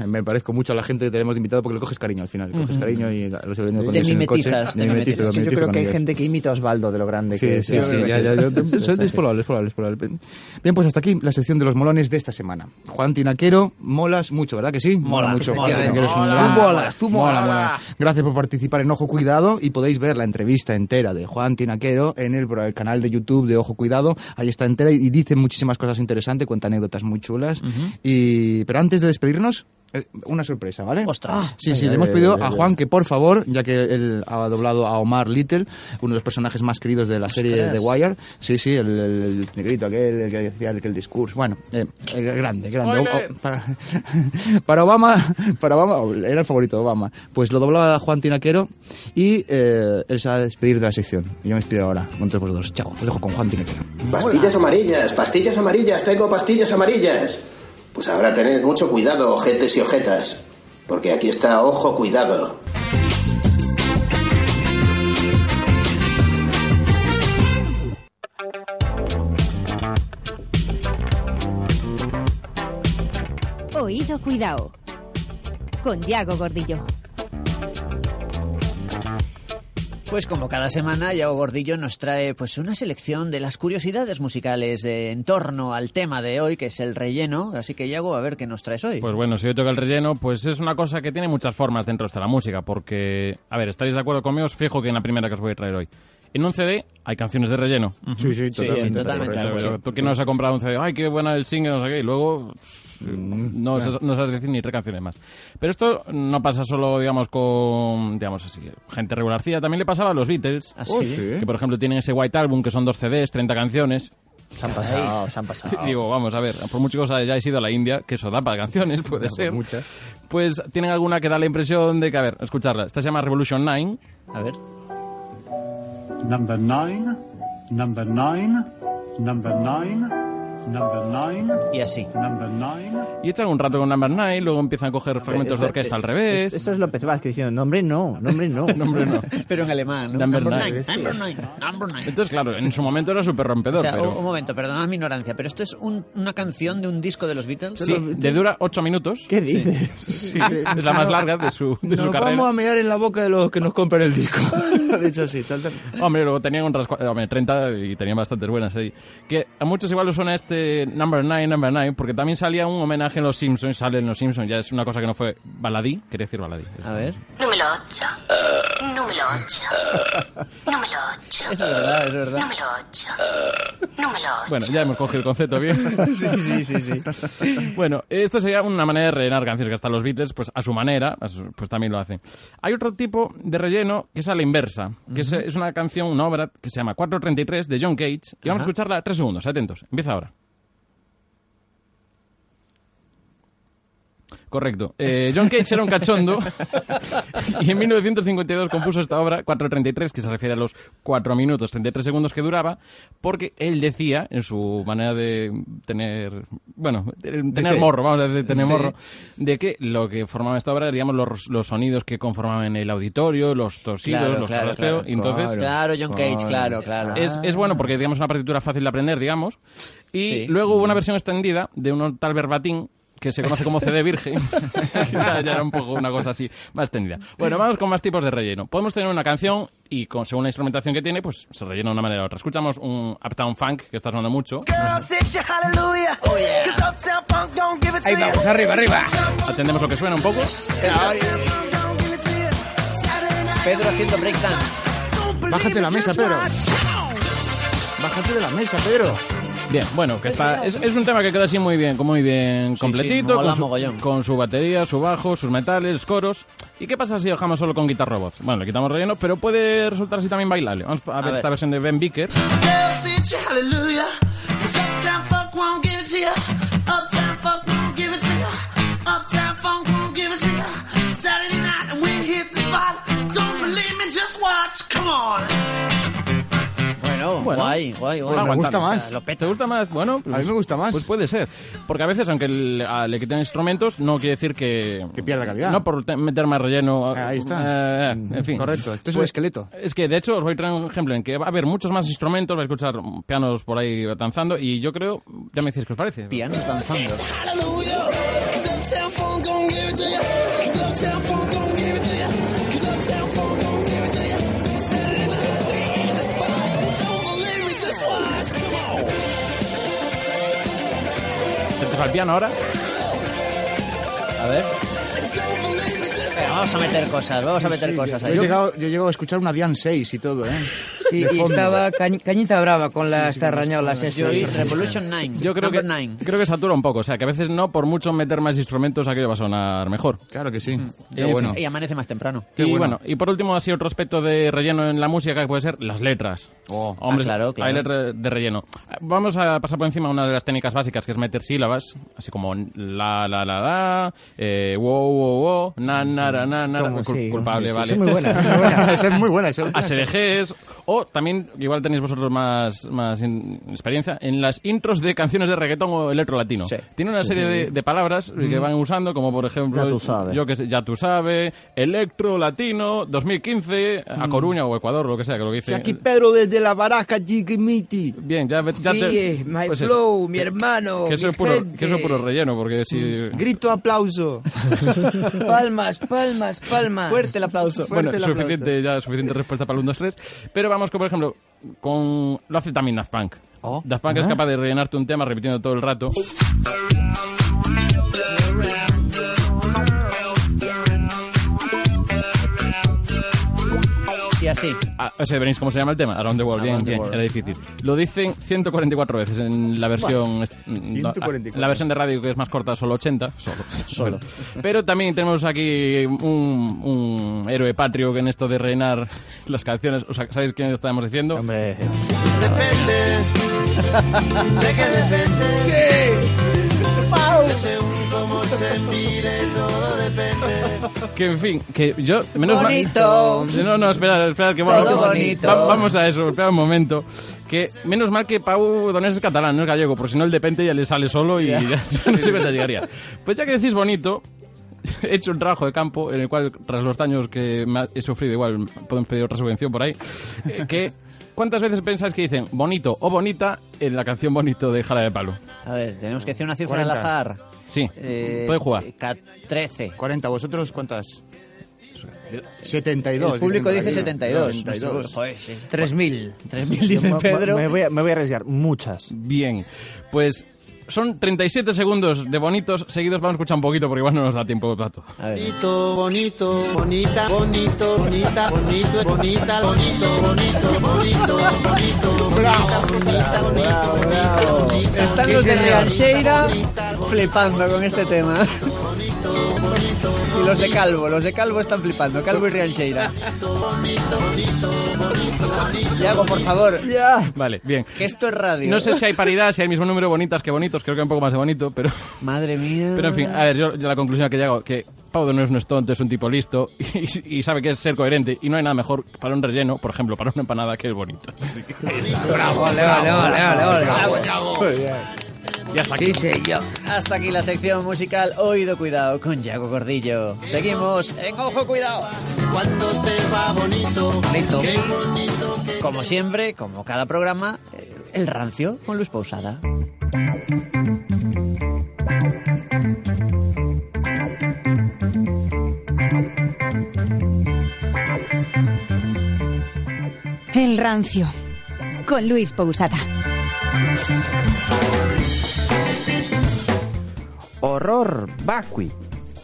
[SPEAKER 2] me parezco mucho a la gente que tenemos de invitado porque le coges cariño al final. Coges
[SPEAKER 1] Ujú.
[SPEAKER 2] cariño y los he venido con
[SPEAKER 1] Te
[SPEAKER 2] ellos en el coche.
[SPEAKER 1] mimetizas,
[SPEAKER 2] Me
[SPEAKER 1] te
[SPEAKER 2] mimetizo,
[SPEAKER 1] mimetizas.
[SPEAKER 2] me
[SPEAKER 3] Sí, yo
[SPEAKER 2] mimetizo
[SPEAKER 3] creo
[SPEAKER 2] con
[SPEAKER 3] que hay
[SPEAKER 2] ellos.
[SPEAKER 3] gente que imita a Osvaldo de lo grande
[SPEAKER 2] Sí,
[SPEAKER 3] que es.
[SPEAKER 2] sí,
[SPEAKER 3] Yo
[SPEAKER 2] sí,
[SPEAKER 3] creo que
[SPEAKER 2] ya,
[SPEAKER 3] sí.
[SPEAKER 2] ya, yo- yo-
[SPEAKER 3] Sí,
[SPEAKER 2] soy
[SPEAKER 3] sí, sí.
[SPEAKER 2] despolable, despolable, despolable. Bien, pues hasta aquí la sección de los molones de esta semana. Juan Tinaquero, molas mucho, ¿verdad que sí?
[SPEAKER 1] Mola,
[SPEAKER 2] mucho. Juan
[SPEAKER 1] efectivamente.
[SPEAKER 2] Tinaquero es
[SPEAKER 1] Mola,
[SPEAKER 2] un gran-
[SPEAKER 1] tú molas, tú molas.
[SPEAKER 2] Gracias por participar en Ojo Cuidado y podéis ver la entrevista entera de Juan Tinaquero en el, pro- el canal de YouTube de Ojo Cuidado. Ahí está entera y, y dice muchísimas cosas cosas interesantes, cuenta anécdotas muy chulas. y, pero antes de despedirnos, eh, una sorpresa, ¿vale?
[SPEAKER 1] ¡Ostras!
[SPEAKER 2] Sí,
[SPEAKER 1] Ay,
[SPEAKER 2] sí,
[SPEAKER 1] ay,
[SPEAKER 2] le hemos
[SPEAKER 1] ay,
[SPEAKER 2] pedido
[SPEAKER 1] ay,
[SPEAKER 2] a
[SPEAKER 1] ay.
[SPEAKER 2] Juan que por favor, ya que él ha doblado a Omar Little, uno de los personajes más queridos de la serie
[SPEAKER 1] Ostras.
[SPEAKER 2] The Wire. Sí, sí, el, el, el negrito aquel, el que decía aquel discurso. Bueno, eh, eh, grande, grande.
[SPEAKER 1] Ole.
[SPEAKER 2] O- o- para, para Obama, para Obama, era el favorito de Obama. Pues lo doblaba Juan Tinaquero y eh, él se va a despedir de la sección. Yo me despido ahora, con todos vosotros. Chao, os dejo con Juan Tinaquero.
[SPEAKER 13] Pastillas amarillas, pastillas amarillas, tengo pastillas amarillas. Pues ahora tened mucho cuidado, ojetes y ojetas. Porque aquí está, ojo, cuidado.
[SPEAKER 6] Oído Cuidado con Diago Gordillo.
[SPEAKER 1] Pues como cada semana, Yago Gordillo nos trae pues una selección de las curiosidades musicales eh, en torno al tema de hoy, que es el relleno. Así que, Yago, a ver qué nos traes hoy.
[SPEAKER 4] Pues bueno, si hoy toca el relleno, pues es una cosa que tiene muchas formas dentro de la música, porque, a ver, estaréis de acuerdo conmigo, os fijo que en la primera que os voy a traer hoy. En un CD hay canciones de relleno.
[SPEAKER 2] Sí, sí, totalmente,
[SPEAKER 1] sí, totalmente,
[SPEAKER 4] Pero
[SPEAKER 1] claro.
[SPEAKER 4] Tú que no has comprado un CD, ay, qué buena el single, no sé qué, y luego pff, no,
[SPEAKER 1] Mm,
[SPEAKER 2] bueno.
[SPEAKER 4] sabes- no sabes decir ni tres canciones más. Pero esto no pasa solo, digamos, con, digamos así, gente regularcilla, también le pasaba a los Beatles,
[SPEAKER 1] Ah, sí. Oh, sí.
[SPEAKER 4] que por ejemplo tienen ese White Album, que son dos CDs, 30 canciones,
[SPEAKER 3] Se han pasado, se han pasado.
[SPEAKER 4] Digo, vamos a ver, por muchas cosas ya he ido a la India, que eso da para canciones, puede ser. Pues tienen alguna que da la impresión de que, a ver, escucharla. Esta se llama Revolution 9.
[SPEAKER 1] A ver.
[SPEAKER 19] Number nine, number nine, number nine, number nine.
[SPEAKER 1] Y así.
[SPEAKER 19] Number nine.
[SPEAKER 4] Y echan un rato con Number 9, luego empiezan a coger fragmentos de orquesta al revés.
[SPEAKER 3] Esto este es López Vázquez diciendo, nombre no, nombre no.
[SPEAKER 4] Nombre no.
[SPEAKER 1] Pero en alemán, ¿no?
[SPEAKER 4] Number
[SPEAKER 1] nine,
[SPEAKER 4] nine.
[SPEAKER 1] number nine, number nine.
[SPEAKER 4] Entonces, claro, en su momento era súper
[SPEAKER 1] O
[SPEAKER 4] rompedor,
[SPEAKER 1] sea, un,
[SPEAKER 4] pero...
[SPEAKER 1] un momento, perdonad mi ignorancia, pero esto es un- una canción de un disco de los Beatles.
[SPEAKER 4] Sí, de dura 8 minutos. ¿Qué
[SPEAKER 3] dices?
[SPEAKER 4] Sí, es la más larga de su, de
[SPEAKER 2] Nos
[SPEAKER 4] su carrera.
[SPEAKER 2] vamos a mirar en la boca de los que nos compran el disco. Dicho así, tal, tal.
[SPEAKER 4] Hombre, luego tenían otras cua- eh, hombre, 30 y tenían bastantes buenas ahí. Que a muchos igual os suena este Number 9, Number 9, porque también salía un homenaje en Los Simpsons, sale en Los Simpsons, ya es una cosa que no fue baladí, quería decir baladí.
[SPEAKER 1] A ver.
[SPEAKER 20] Número 8. Número 8. Número 8.
[SPEAKER 1] Es verdad, es verdad.
[SPEAKER 20] Número 8. Número 8.
[SPEAKER 4] Bueno, ya hemos cogido el concepto bien.
[SPEAKER 3] sí, sí, sí.
[SPEAKER 4] Bueno, esto sería una manera de rellenar canciones que hasta los Beatles, pues a su manera, a su- pues también lo hacen. Hay otro tipo de relleno que es a la inversa, que es, es una canción, una obra que se llama 433 de John Cage, y vamos a
[SPEAKER 1] Ajá.
[SPEAKER 4] escucharla tres segundos, atentos, empieza ahora. Correcto. Eh, John Cage era un cachondo y en 1952 compuso esta obra, 4.33, que se refiere a los 4 minutos 33 segundos que duraba, porque él decía, en su manera de tener, bueno, de- tener
[SPEAKER 2] ser.
[SPEAKER 4] morro, vamos a decir, tener
[SPEAKER 2] Sí.
[SPEAKER 4] morro, de que lo que formaba esta obra eran los, los sonidos que conformaban el auditorio, los tosidos,
[SPEAKER 1] Claro,
[SPEAKER 4] los
[SPEAKER 1] claro,
[SPEAKER 4] carraspeos,
[SPEAKER 1] claro.
[SPEAKER 4] y entonces...
[SPEAKER 1] Claro, John Cage, claro, claro.
[SPEAKER 4] Es, es bueno porque, digamos, es una partitura fácil de aprender, digamos. Y luego hubo una versión extendida de un tal verbatín que se conoce como CD virgen. ya, ya era un poco una cosa así más extendida. Bueno, vamos con más tipos de relleno. Podemos tener una canción y con, según la instrumentación que tiene, pues se rellena de una manera u otra. Escuchamos un Uptown Funk que está sonando mucho.
[SPEAKER 5] Ahí
[SPEAKER 20] pues,
[SPEAKER 5] vamos, arriba, arriba.
[SPEAKER 4] Atendemos lo que suena un poco.
[SPEAKER 1] Pedro haciendo breakdance.
[SPEAKER 2] Bájate la mesa, Pedro. Bájate de la mesa, Pedro.
[SPEAKER 4] Bien, bueno, que está, es, es un tema que queda así muy bien, como muy bien completito,
[SPEAKER 1] mola
[SPEAKER 4] con, su, con su batería, su bajo, sus metales, coros. ¿Y qué pasa si lo dejamos solo con guitarra o voz? Bueno, le quitamos relleno, pero puede resultar así también bailable. Vamos a, ver,
[SPEAKER 1] ver.
[SPEAKER 4] esta versión de Ben Beaker.
[SPEAKER 1] Bueno, guay, guay, guay.
[SPEAKER 4] Está
[SPEAKER 1] Me gusta
[SPEAKER 4] aguantando.
[SPEAKER 1] más.
[SPEAKER 4] O sea, Lo peta. ¿Te pues gusta más? Bueno, pues,
[SPEAKER 1] A mí me
[SPEAKER 2] gusta más.
[SPEAKER 4] Pues puede ser. Porque a veces, aunque le, a- le quiten instrumentos, no quiere decir que. Que pierda
[SPEAKER 2] calidad.
[SPEAKER 4] No por te- meter más relleno.
[SPEAKER 2] Ahí Mm,
[SPEAKER 4] está. en fin.
[SPEAKER 2] Correcto, esto es un
[SPEAKER 4] Pues,
[SPEAKER 2] esqueleto.
[SPEAKER 4] Es que, de hecho, os voy a traer un ejemplo en que va a haber muchos más instrumentos, vais a escuchar pianos por ahí danzando, y yo creo. Ya me decís qué os parece.
[SPEAKER 1] Pianos danzando.
[SPEAKER 4] Atentos al piano ahora. A ver.
[SPEAKER 1] Venga, vamos a meter cosas, vamos a meter
[SPEAKER 2] Sí,
[SPEAKER 1] cosas
[SPEAKER 2] yo,
[SPEAKER 1] ahí.
[SPEAKER 2] yo he llegado, yo he llegado a escuchar una Dian 6 y todo, ¿eh?
[SPEAKER 21] Sí, y estaba Cañ- Cañita Brava con las tarrañolas. esas.
[SPEAKER 4] Yo creo que, creo que satura un poco. O sea, que a veces no, por mucho meter más instrumentos, aquello va a sonar mejor.
[SPEAKER 2] Claro que sí.
[SPEAKER 3] Mm.
[SPEAKER 1] Y- Y amanece más temprano.
[SPEAKER 4] Y bueno. y por último, así otro aspecto de relleno en la música que puede ser las letras.
[SPEAKER 2] Oh.
[SPEAKER 4] Hombre,
[SPEAKER 1] ah, claro, claro.
[SPEAKER 4] hay letras de relleno. Vamos a pasar por encima una de las técnicas básicas, que es meter sílabas, así como la, la, la, la, eh, wow, wow, wow, na, na, ra, na, na, ra.
[SPEAKER 3] ¿Cómo?
[SPEAKER 4] Cul-
[SPEAKER 3] Sí,
[SPEAKER 4] culpable,
[SPEAKER 3] sí,
[SPEAKER 4] vale.
[SPEAKER 3] sí, es muy buena, es muy buena. Esa es muy buena, esa es-
[SPEAKER 4] ASDGs, o también, igual tenéis vosotros más, más in- experiencia, en las intros de canciones de reggaetón o electro latino. Tiene una
[SPEAKER 3] Sí,
[SPEAKER 4] serie
[SPEAKER 3] sí.
[SPEAKER 4] De, de palabras que
[SPEAKER 3] Mm.
[SPEAKER 4] van usando, como por ejemplo,
[SPEAKER 3] Ya tú sabes.
[SPEAKER 4] yo que sé, ya tú sabes, electro latino, 2015, a
[SPEAKER 2] Mm.
[SPEAKER 4] Coruña o Ecuador, lo que sea, que lo que dice.
[SPEAKER 2] Aquí Pedro desde la baraja, Jigimiti.
[SPEAKER 4] Bien, ya, ve- ya
[SPEAKER 2] Sí,
[SPEAKER 4] te- pues
[SPEAKER 2] eh, my
[SPEAKER 4] eso.
[SPEAKER 2] flow,
[SPEAKER 21] mi hermano,
[SPEAKER 4] Que eso,
[SPEAKER 21] mi
[SPEAKER 4] es puro,
[SPEAKER 21] gente.
[SPEAKER 4] que eso es puro relleno,
[SPEAKER 3] Mm.
[SPEAKER 4] porque si...
[SPEAKER 2] Grito, aplauso.
[SPEAKER 21] Palmas, palmas, palmas.
[SPEAKER 2] Fuerte el aplauso.
[SPEAKER 4] Bueno, suficiente, ya suficiente respuesta para el 1, 2, 3. Pero vamos con, por ejemplo, con... Lo hace también Daft Punk. Daft Punk es
[SPEAKER 3] Ah.
[SPEAKER 4] capaz de rellenarte un tema repitiendo todo el rato.
[SPEAKER 1] Y así.
[SPEAKER 4] Ah, o sea, ¿veréis cómo se llama el tema? Around the World.
[SPEAKER 1] Around
[SPEAKER 4] bien,
[SPEAKER 1] the
[SPEAKER 4] bien,
[SPEAKER 1] World.
[SPEAKER 4] era difícil. Lo dicen 144 veces en la versión... est- mm, no, ah,
[SPEAKER 2] 144.
[SPEAKER 4] La versión de radio que es más corta, solo 80. Solo. Bueno,
[SPEAKER 2] Solo.
[SPEAKER 4] Pero también tenemos aquí un, un héroe patrio que en esto de rellenar las canciones... O sea, ¿sabéis quién estábamos diciendo? Hombre...
[SPEAKER 17] ¿De qué depende? Sí. Pau. Según cómo se mire, todo depende.
[SPEAKER 4] Que en fin, que yo. Menos mal-
[SPEAKER 17] Bonito.
[SPEAKER 4] No, no, esperad, esperad, que vamos.
[SPEAKER 17] Todo bonito.
[SPEAKER 4] Va- vamos a eso, esperad un momento. Que menos mal que Pau Donés es catalán, no es gallego, porque si no el depende ya le sale solo y ya, no sé cómo se llegaría. Pues ya que decís bonito, he hecho un trabajo de campo en el cual, tras los daños que me ha- he sufrido, igual pueden pedir otra subvención por ahí, eh, que. ¿Cuántas veces pensáis que dicen bonito o bonita en la canción bonito de Jara de Palo?
[SPEAKER 1] A ver, tenemos que hacer una cifra
[SPEAKER 4] 40.
[SPEAKER 1] al azar.
[SPEAKER 4] Sí,
[SPEAKER 1] Eh,
[SPEAKER 4] puede jugar.
[SPEAKER 1] 13.
[SPEAKER 2] 40, ¿vosotros cuántas? 72.
[SPEAKER 1] El público
[SPEAKER 2] dicen
[SPEAKER 1] dice
[SPEAKER 2] por ahí.
[SPEAKER 1] 72.
[SPEAKER 2] 72.
[SPEAKER 1] Joder, sí.
[SPEAKER 21] 3.000.
[SPEAKER 1] 3.000 dice
[SPEAKER 3] Yo me-
[SPEAKER 1] Pedro.
[SPEAKER 3] Me voy, a, me voy a arriesgar muchas.
[SPEAKER 4] Bien, pues son 37 segundos de bonitos seguidos. Vamos a escuchar un poquito porque igual no nos da tiempo para todo.
[SPEAKER 17] Bonito, bonito, bonita, bonito, bonita, bonito, bonita, bonito, bonito, bonito, bonito.
[SPEAKER 1] Están los de Rianxeira flipando con este tema. Y los de Calvo, los de Calvo están flipando. Calvo y Rianxeira. Yago, por favor.
[SPEAKER 4] Vale, bien.
[SPEAKER 1] Que esto es radio.
[SPEAKER 4] No sé si hay paridad, si hay el mismo número de bonitas que bonitos. Creo que hay un poco más de bonito, pero.
[SPEAKER 1] Madre mía.
[SPEAKER 4] Pero en fin, a ver, yo, yo la conclusión que llego que Pau no es, no es tonto, es un tipo listo y, y sabe que es ser coherente. Y no hay nada mejor para un relleno, por ejemplo, para una empanada que el bonito. Así que-
[SPEAKER 5] Ah,
[SPEAKER 21] Bravo, vale, vale, vale, vale, vale.
[SPEAKER 1] Bravo,
[SPEAKER 21] Muy bien.
[SPEAKER 4] Y hasta
[SPEAKER 21] Sí, señor.
[SPEAKER 1] Hasta aquí la sección musical Oído Cuidado con Yago Gordillo. Seguimos en eh, Ojo Cuidado.
[SPEAKER 17] Cuando te va bonito,
[SPEAKER 1] Bonito.
[SPEAKER 17] qué bonito, qué
[SPEAKER 1] Como siempre, como cada programa, eh, el rancio con Luis Pausada.
[SPEAKER 6] El rancio con Luis Pousada.
[SPEAKER 3] Horror vacui.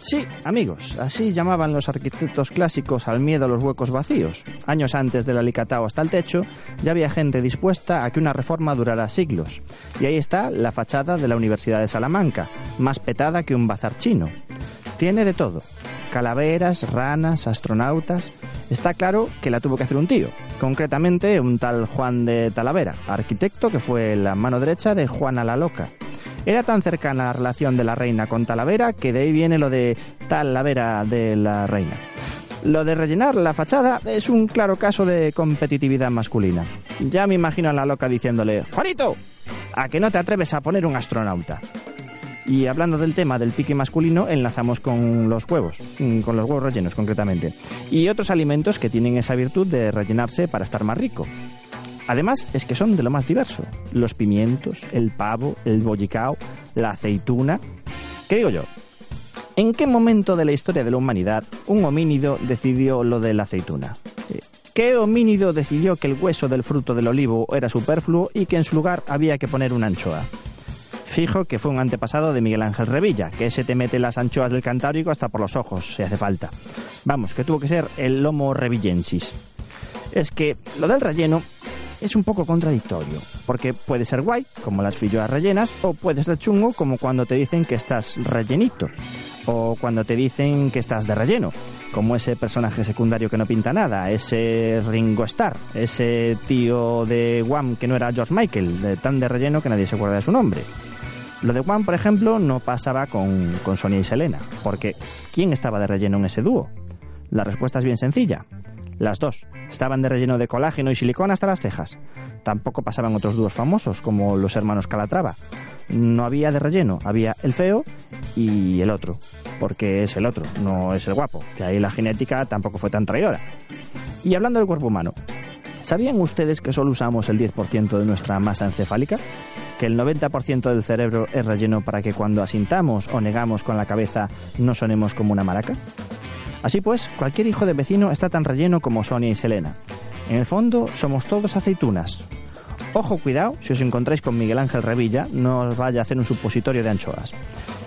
[SPEAKER 3] Sí, amigos, así llamaban los arquitectos clásicos al miedo a los huecos vacíos. Años antes del alicatao hasta el techo, ya había gente dispuesta a que una reforma durara siglos. Y ahí está la fachada de la Universidad de Salamanca, más petada que un bazar chino. Tiene de todo. Calaveras, ranas, astronautas. Está claro que la tuvo que hacer un tío. Concretamente, un tal Juan de Talavera, arquitecto que fue la mano derecha de Juana la Loca. Era tan cercana la relación de la reina con Talavera que de ahí viene lo de Talavera de la reina. Lo de rellenar la fachada es un claro caso de competitividad masculina. Ya me imagino a la loca diciéndole, Juanito, a que no te atreves a poner un astronauta. Y hablando del tema del pique masculino, enlazamos con los huevos, mm, con los huevos rellenos concretamente, y otros alimentos que tienen esa virtud de rellenarse para estar más rico. Además, es que son de lo más diverso. Los pimientos, el pavo, el bollicao, la aceituna. ¿Qué digo yo? ¿En qué momento de la historia de la humanidad un homínido decidió lo de la aceituna? Eh, ¿Qué homínido decidió que el hueso del fruto del olivo era superfluo y que en su lugar había que poner una anchoa? Fijo que fue un antepasado de Miguel Ángel Revilla, que ese te mete las anchoas del Cantábrico hasta por los ojos, si hace falta. Vamos, que tuvo que ser el lomo revillensis. Es que lo del relleno es un poco contradictorio, porque puede ser guay, como las filloas rellenas, o puede ser chungo, como cuando te dicen que estás rellenito, o cuando te dicen que estás de relleno, como ese personaje secundario que no pinta nada, ese Ringo Starr, ese tío de Wham que no era George Michael, de tan de relleno que nadie se acuerda de su nombre. Lo de Juan, por ejemplo, no pasaba con, con Sonia y Selena, porque ¿quién estaba de relleno en ese dúo? La respuesta es bien sencilla. Las dos. Estaban de relleno de colágeno y silicona hasta las cejas. Tampoco pasaban otros dúos famosos, como los hermanos Calatrava. No había de relleno, había el feo y el otro, porque es el otro, no es el guapo, que ahí la genética tampoco fue tan traidora. Y hablando del cuerpo humano, ¿Sabían ustedes que solo usamos el 10% de nuestra masa encefálica? ¿Que el 90% del cerebro es relleno para que cuando asintamos o negamos con la cabeza no sonemos como una maraca? Así pues, cualquier hijo de vecino está tan relleno como Sonia y Selena. En el fondo, somos todos aceitunas. Ojo, cuidado, si os encontráis con Miguel Ángel Revilla, no os vaya a hacer un supositorio de anchoas.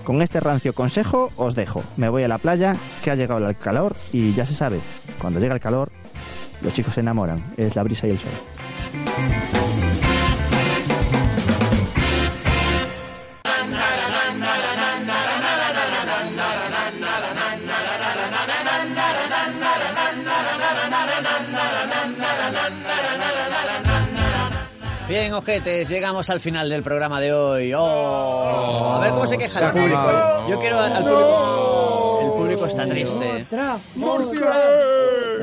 [SPEAKER 3] Con este rancio consejo os dejo. Me voy a la playa, que ha llegado el calor y ya se sabe, cuando llega el calor, los chicos se enamoran. Es la brisa y el sol.
[SPEAKER 1] Bien, ojetes, llegamos al final del programa de hoy. Oh, a ver cómo se queja
[SPEAKER 17] se
[SPEAKER 1] el público.
[SPEAKER 17] acaba.
[SPEAKER 1] Yo quiero al al público. El público está triste.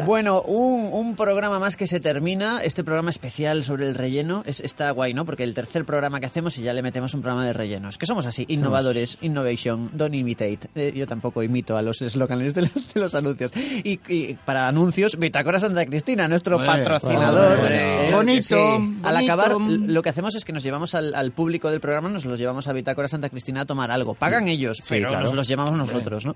[SPEAKER 1] Bueno, un, un programa más que se termina, este programa especial sobre el relleno, es, está guay, ¿no? Porque el tercer programa que hacemos y ya le metemos un programa de rellenos, que somos así, innovadores, innovation, don't imitate. Eh, yo tampoco imito a los eslóganes de, los- de los anuncios. Y, y para anuncios, Bitacora Santa Cristina, nuestro
[SPEAKER 2] Hombre,
[SPEAKER 1] patrocinador.
[SPEAKER 2] Eh, hombre.
[SPEAKER 1] eh,
[SPEAKER 2] Bonito,
[SPEAKER 1] que Al
[SPEAKER 2] bonito.
[SPEAKER 1] acabar, l- lo que hacemos es que nos llevamos al, al público del programa, nos los llevamos a Bitácora Santa Cristina a tomar algo. Pagan ellos, pero
[SPEAKER 2] claro.
[SPEAKER 1] nos los llevamos nosotros, ¿no?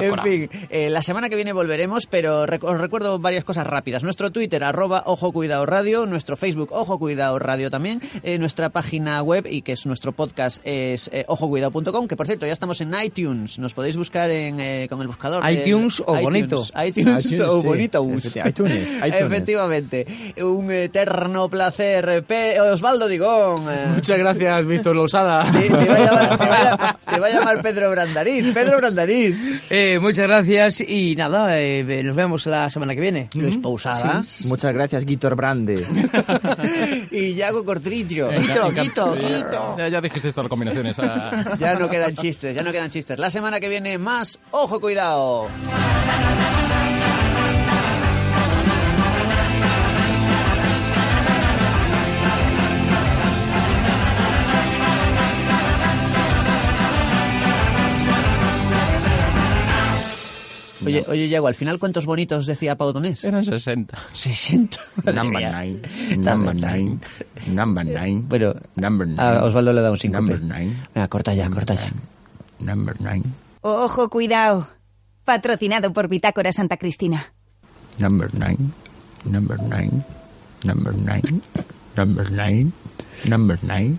[SPEAKER 1] en fin, eh, la semana que viene volveremos, pero rec- os recuerdo varias cosas rápidas. Nuestro Twitter, arroba Ojo Cuidado Radio, nuestro Facebook, Ojo Cuidado Radio también, eh, nuestra página web y que es nuestro podcast es eh, ojocuidado.com, que por cierto ya estamos en iTunes, nos podéis buscar en, eh, con el buscador. en
[SPEAKER 21] iTunes o bonito.
[SPEAKER 1] iTunes,
[SPEAKER 21] iTunes,
[SPEAKER 1] o
[SPEAKER 21] sí.
[SPEAKER 1] bonito.
[SPEAKER 21] Efecti- iTunes, iTunes.
[SPEAKER 1] Efectivamente. Un eterno placer. Pe- Osvaldo Digón. eh,
[SPEAKER 2] Muchas gracias, Víctor Losada.
[SPEAKER 1] Te va a llamar Pedro Brandariz. Pedro Brandariz.
[SPEAKER 21] Eh, muchas gracias y nada, eh, nos vemos la semana que viene.
[SPEAKER 1] Luis Pousada.
[SPEAKER 7] Muchas gracias, Guitor Brande.
[SPEAKER 1] Y Yago Cortrillo.
[SPEAKER 4] Eh,
[SPEAKER 1] Quito,
[SPEAKER 4] ya-
[SPEAKER 1] quito,
[SPEAKER 4] ya-
[SPEAKER 1] quito.
[SPEAKER 4] Ya, ya dijiste estas combinaciones. ah.
[SPEAKER 1] Ya no quedan chistes, ya no quedan chistes. La semana que viene más ojo cuidado. Oye, oye, Yago, al final, ¿cuántos bonitos decía Pau Donés?
[SPEAKER 4] Eran 60.
[SPEAKER 1] 60.
[SPEAKER 2] Number nine, number nine, number nine.
[SPEAKER 1] Bueno,
[SPEAKER 2] number nine.
[SPEAKER 1] a Osvaldo le da un síncope.
[SPEAKER 2] Number nine,
[SPEAKER 1] Venga, corta ya, corta ya.
[SPEAKER 2] number nine,
[SPEAKER 6] Ojo, cuidado. Patrocinado por Bitácora Santa Cristina.
[SPEAKER 2] number nine, number nine, number nine, number nine, number nine,